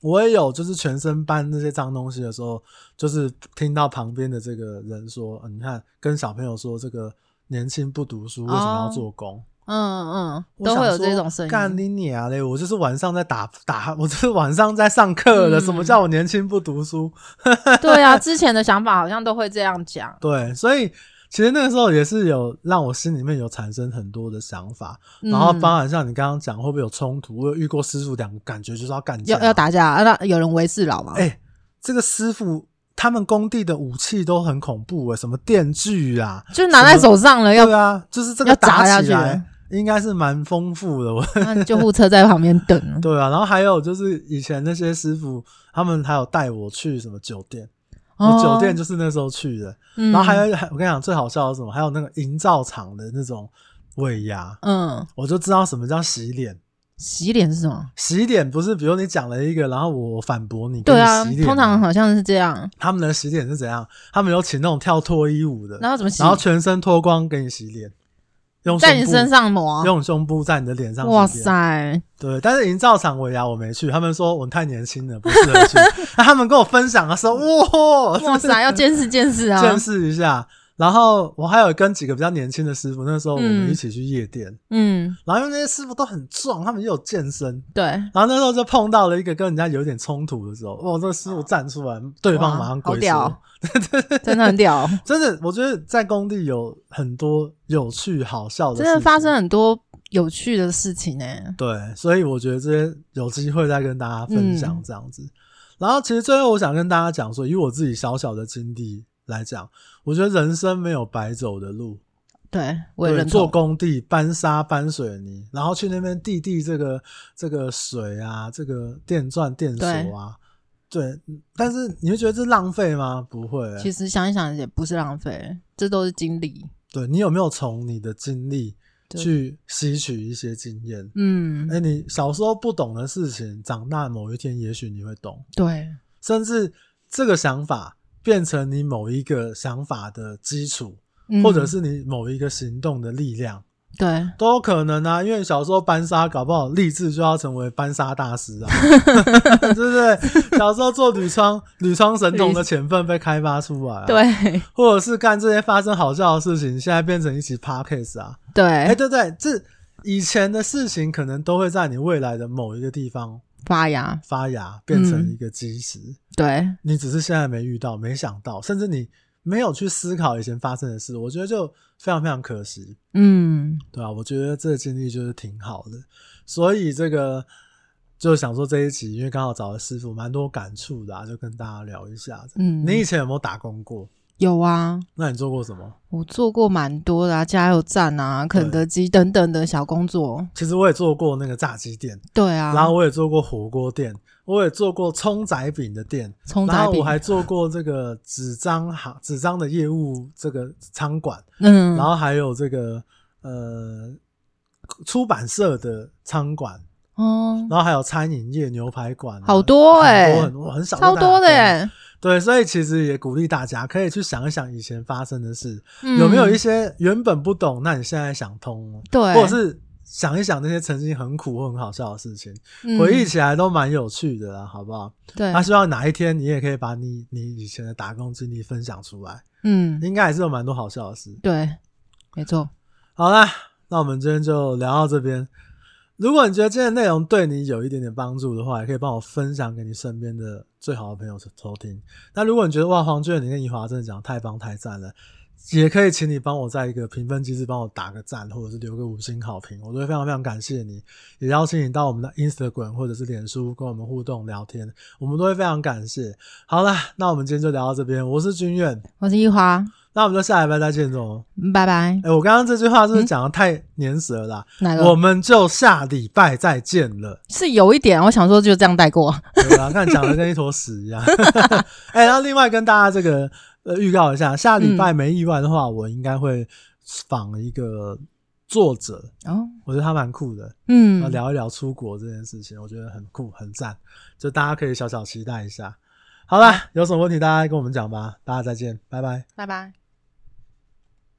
Speaker 1: 我也有就是全身搬那些脏东西的时候，就是听到旁边的这个人说：“呃、你看，跟小朋友说这个年轻不读书，为什么要做工？”
Speaker 2: 嗯嗯，
Speaker 1: 我
Speaker 2: 哦都
Speaker 1: 想
Speaker 2: 会有
Speaker 1: 说
Speaker 2: 这种声音。
Speaker 1: 干你娘嘞！我就是晚上在打打，我就是晚上在上课了。
Speaker 2: 嗯
Speaker 1: 什么叫我年轻不读书？
Speaker 2: 对啊，之前的想法好像都会这样讲。
Speaker 1: 对，所以其实那个时候也是有让我心里面有产生很多的想法，然后
Speaker 2: 嗯
Speaker 1: 包含像你刚刚讲会不会有冲突，我有遇过师傅两个感觉就是要干架，
Speaker 2: 要要。打架，啊那有人围事佬吗？
Speaker 1: 哎、这个师傅他们工地的武器都很恐怖诶、欸什么电锯啊，
Speaker 2: 就拿在手上了，要
Speaker 1: 对啊，就是这个
Speaker 2: 要砸
Speaker 1: 打
Speaker 2: 下
Speaker 1: 起
Speaker 2: 去欸
Speaker 1: 来
Speaker 2: 了
Speaker 1: 应该是蛮丰富的，我
Speaker 2: 那你救护车在旁边等。
Speaker 1: 对啊，然后还有就是以前那些师傅，他们还有带我去什么酒店，我
Speaker 2: 哦
Speaker 1: 酒店就是那时候去的。
Speaker 2: 嗯
Speaker 1: 然后还有，还我跟你讲，最好笑的是什么？还有那个营造厂的那种喂牙，
Speaker 2: 嗯，
Speaker 1: 我就知道什么叫洗脸。
Speaker 2: 洗脸是什么？
Speaker 1: 洗脸不是，比如你讲了一个，然后我反驳你，
Speaker 2: 对啊
Speaker 1: 跟你洗，脸
Speaker 2: 通常好像是这样。
Speaker 1: 他们的洗脸是怎样？他们有请那种跳脱衣舞的，
Speaker 2: 然后怎么洗
Speaker 1: 然？后全身脱光给你洗脸，用
Speaker 2: 在你
Speaker 1: 胸部
Speaker 2: 身上抹。啊
Speaker 1: 用胸部在你的脸上洗脸。
Speaker 2: 哇塞，
Speaker 1: 对，但是营造厂尾牙我没去，他们说我太年轻了，不适合去。 那他们跟我分享的时候，哇，
Speaker 2: 哇塞，要见识见识 啊！
Speaker 1: 见识一下。然后我还有跟几个比较年轻的师傅，那时候我们
Speaker 2: 嗯
Speaker 1: 一起去夜店，
Speaker 2: 嗯，
Speaker 1: 然后因为那些师傅都很壮，他们又有健身，
Speaker 2: 对。
Speaker 1: 然后那时候就碰到了一个跟人家有点冲突的时候，哇，这个师傅站出来，对
Speaker 2: 哇
Speaker 1: 方马上
Speaker 2: 好
Speaker 1: 跪下。
Speaker 2: 屌哦，真的很屌哦，
Speaker 1: 真的，我觉得在工地有很多有趣好笑的事
Speaker 2: 真
Speaker 1: 情，
Speaker 2: 的发生很多有趣的事情呢、欸
Speaker 1: 对，所以我觉得这些有机会再跟大家分
Speaker 2: 嗯
Speaker 1: 享这样子。然后其实最后我想跟大家讲说，以我自己小小的经历来讲，我觉得人生没有白走的路。
Speaker 2: 对，我也
Speaker 1: 对，
Speaker 2: 认
Speaker 1: 做
Speaker 2: 同。
Speaker 1: 工地搬沙搬水泥，然后去那边地地这个这个水啊，这个电钻电锁啊，对。但是你会觉得这浪费吗？不会、欸
Speaker 2: 其实想一想也不是浪费，这都是经历。
Speaker 1: 对你有没有从你的经历
Speaker 2: 对
Speaker 1: 去吸取一些经验？
Speaker 2: 嗯
Speaker 1: 哎、，你小时候不懂的事情，长大某一天也许你会懂，
Speaker 2: 对，
Speaker 1: 甚至这个想法变成你某一个想法的基础，
Speaker 2: 嗯
Speaker 1: 或者是你某一个行动的力量，
Speaker 2: 对，
Speaker 1: 都有可能啊。因为小时候搬沙，搞不好立志就要成为搬沙大师啊，对不对？小时候做铝窗铝窗神童的潜分被开发出来、啊，，
Speaker 2: 对，
Speaker 1: 或者是干这些发生好笑的事情，现在变成一起 podcast 啊，哎、对
Speaker 2: 对，
Speaker 1: 对，这以前的事情可能都会在你未来的某一个地方
Speaker 2: 发芽，
Speaker 1: 发芽，变成
Speaker 2: 嗯
Speaker 1: 一个基石。
Speaker 2: 对，
Speaker 1: 你只是现在没遇到，没想到，甚至你没有去思考以前发生的事，我觉得就非常非常可惜，
Speaker 2: 嗯，
Speaker 1: 对啊，我觉得这个经历就是挺好的，所以这个就想说这一集，因为刚好找了师傅，蛮多感触的、啊，就跟大家聊一下。
Speaker 2: 嗯
Speaker 1: 你以前有没有打工过？
Speaker 2: 有啊，
Speaker 1: 那你做过什么？
Speaker 2: 我做过蛮多的啊，加油站啊、肯德基等等的小工作。
Speaker 1: 其实我也做过那个炸鸡店，
Speaker 2: 对啊，
Speaker 1: 然后我也做过火锅店，我也做过葱仔饼的店，
Speaker 2: 冲
Speaker 1: 然
Speaker 2: 仔
Speaker 1: 后
Speaker 2: 饼
Speaker 1: 我，还做过这个纸张行、纸张的业务这个仓管，
Speaker 2: 嗯，
Speaker 1: 然后还有这个呃出版社的餐馆，
Speaker 2: 哦，
Speaker 1: 然后还有餐饮业牛排馆啊、
Speaker 2: 好多
Speaker 1: 很
Speaker 2: 哎、
Speaker 1: 多很多很少
Speaker 2: 超
Speaker 1: 在
Speaker 2: 多的欸
Speaker 1: 对啊
Speaker 2: 耶、
Speaker 1: 对，所以其实也鼓励大家可以去想一想以前发生的事，
Speaker 2: 嗯
Speaker 1: 有没有一些原本不懂，那你现在想通了，
Speaker 2: 对，
Speaker 1: 或者是。想一想那些曾经很苦或很好笑的事情，
Speaker 2: 嗯
Speaker 1: 回忆起来都蛮有趣的啦，好不好？
Speaker 2: 对
Speaker 1: 那、，希望哪一天你也可以把你你以前的打工经历分享出来，
Speaker 2: 嗯，
Speaker 1: 应该还是有蛮多好笑的事。
Speaker 2: 对，没错，
Speaker 1: 好啦，那我们今天就聊到这边。如果你觉得今天的内容对你有一点点帮助的话，也可以帮我分享给你身边的最好的朋友收听。那如果你觉得哇，黄娟你跟怡华真的讲得太棒太赞了，也可以请你帮我在一个评分机制帮我打个赞，或者是留个五星好评，我都会非常非常感谢你。也邀请你到我们的 Instagram 或者是脸书跟我们互动聊天，我们都会非常感谢。好啦，那我们今天就聊到这边，我是君远，
Speaker 2: 我是一华，
Speaker 1: 那我们就下礼拜再见喽。
Speaker 2: 拜拜。
Speaker 1: 哎、我刚刚这句话是不是讲的太黏舌了啦？
Speaker 2: 哪个？
Speaker 1: 我们就下礼拜再见了。
Speaker 2: 是有一点，我想说就这样带过。
Speaker 1: 对啊，看讲的跟一坨屎一样。 哎、然后另外跟大家这个呃预告一下，下礼拜没意外的话，我应该会访一个作者，
Speaker 2: 哦，
Speaker 1: 我觉得他蛮酷的，呃
Speaker 2: 嗯，
Speaker 1: 聊一聊出国这件事情，我觉得很酷很赞，就大家可以小小期待一下。好啦，有什么问题大家跟我们讲吧，大家再见，拜拜。
Speaker 2: 拜拜。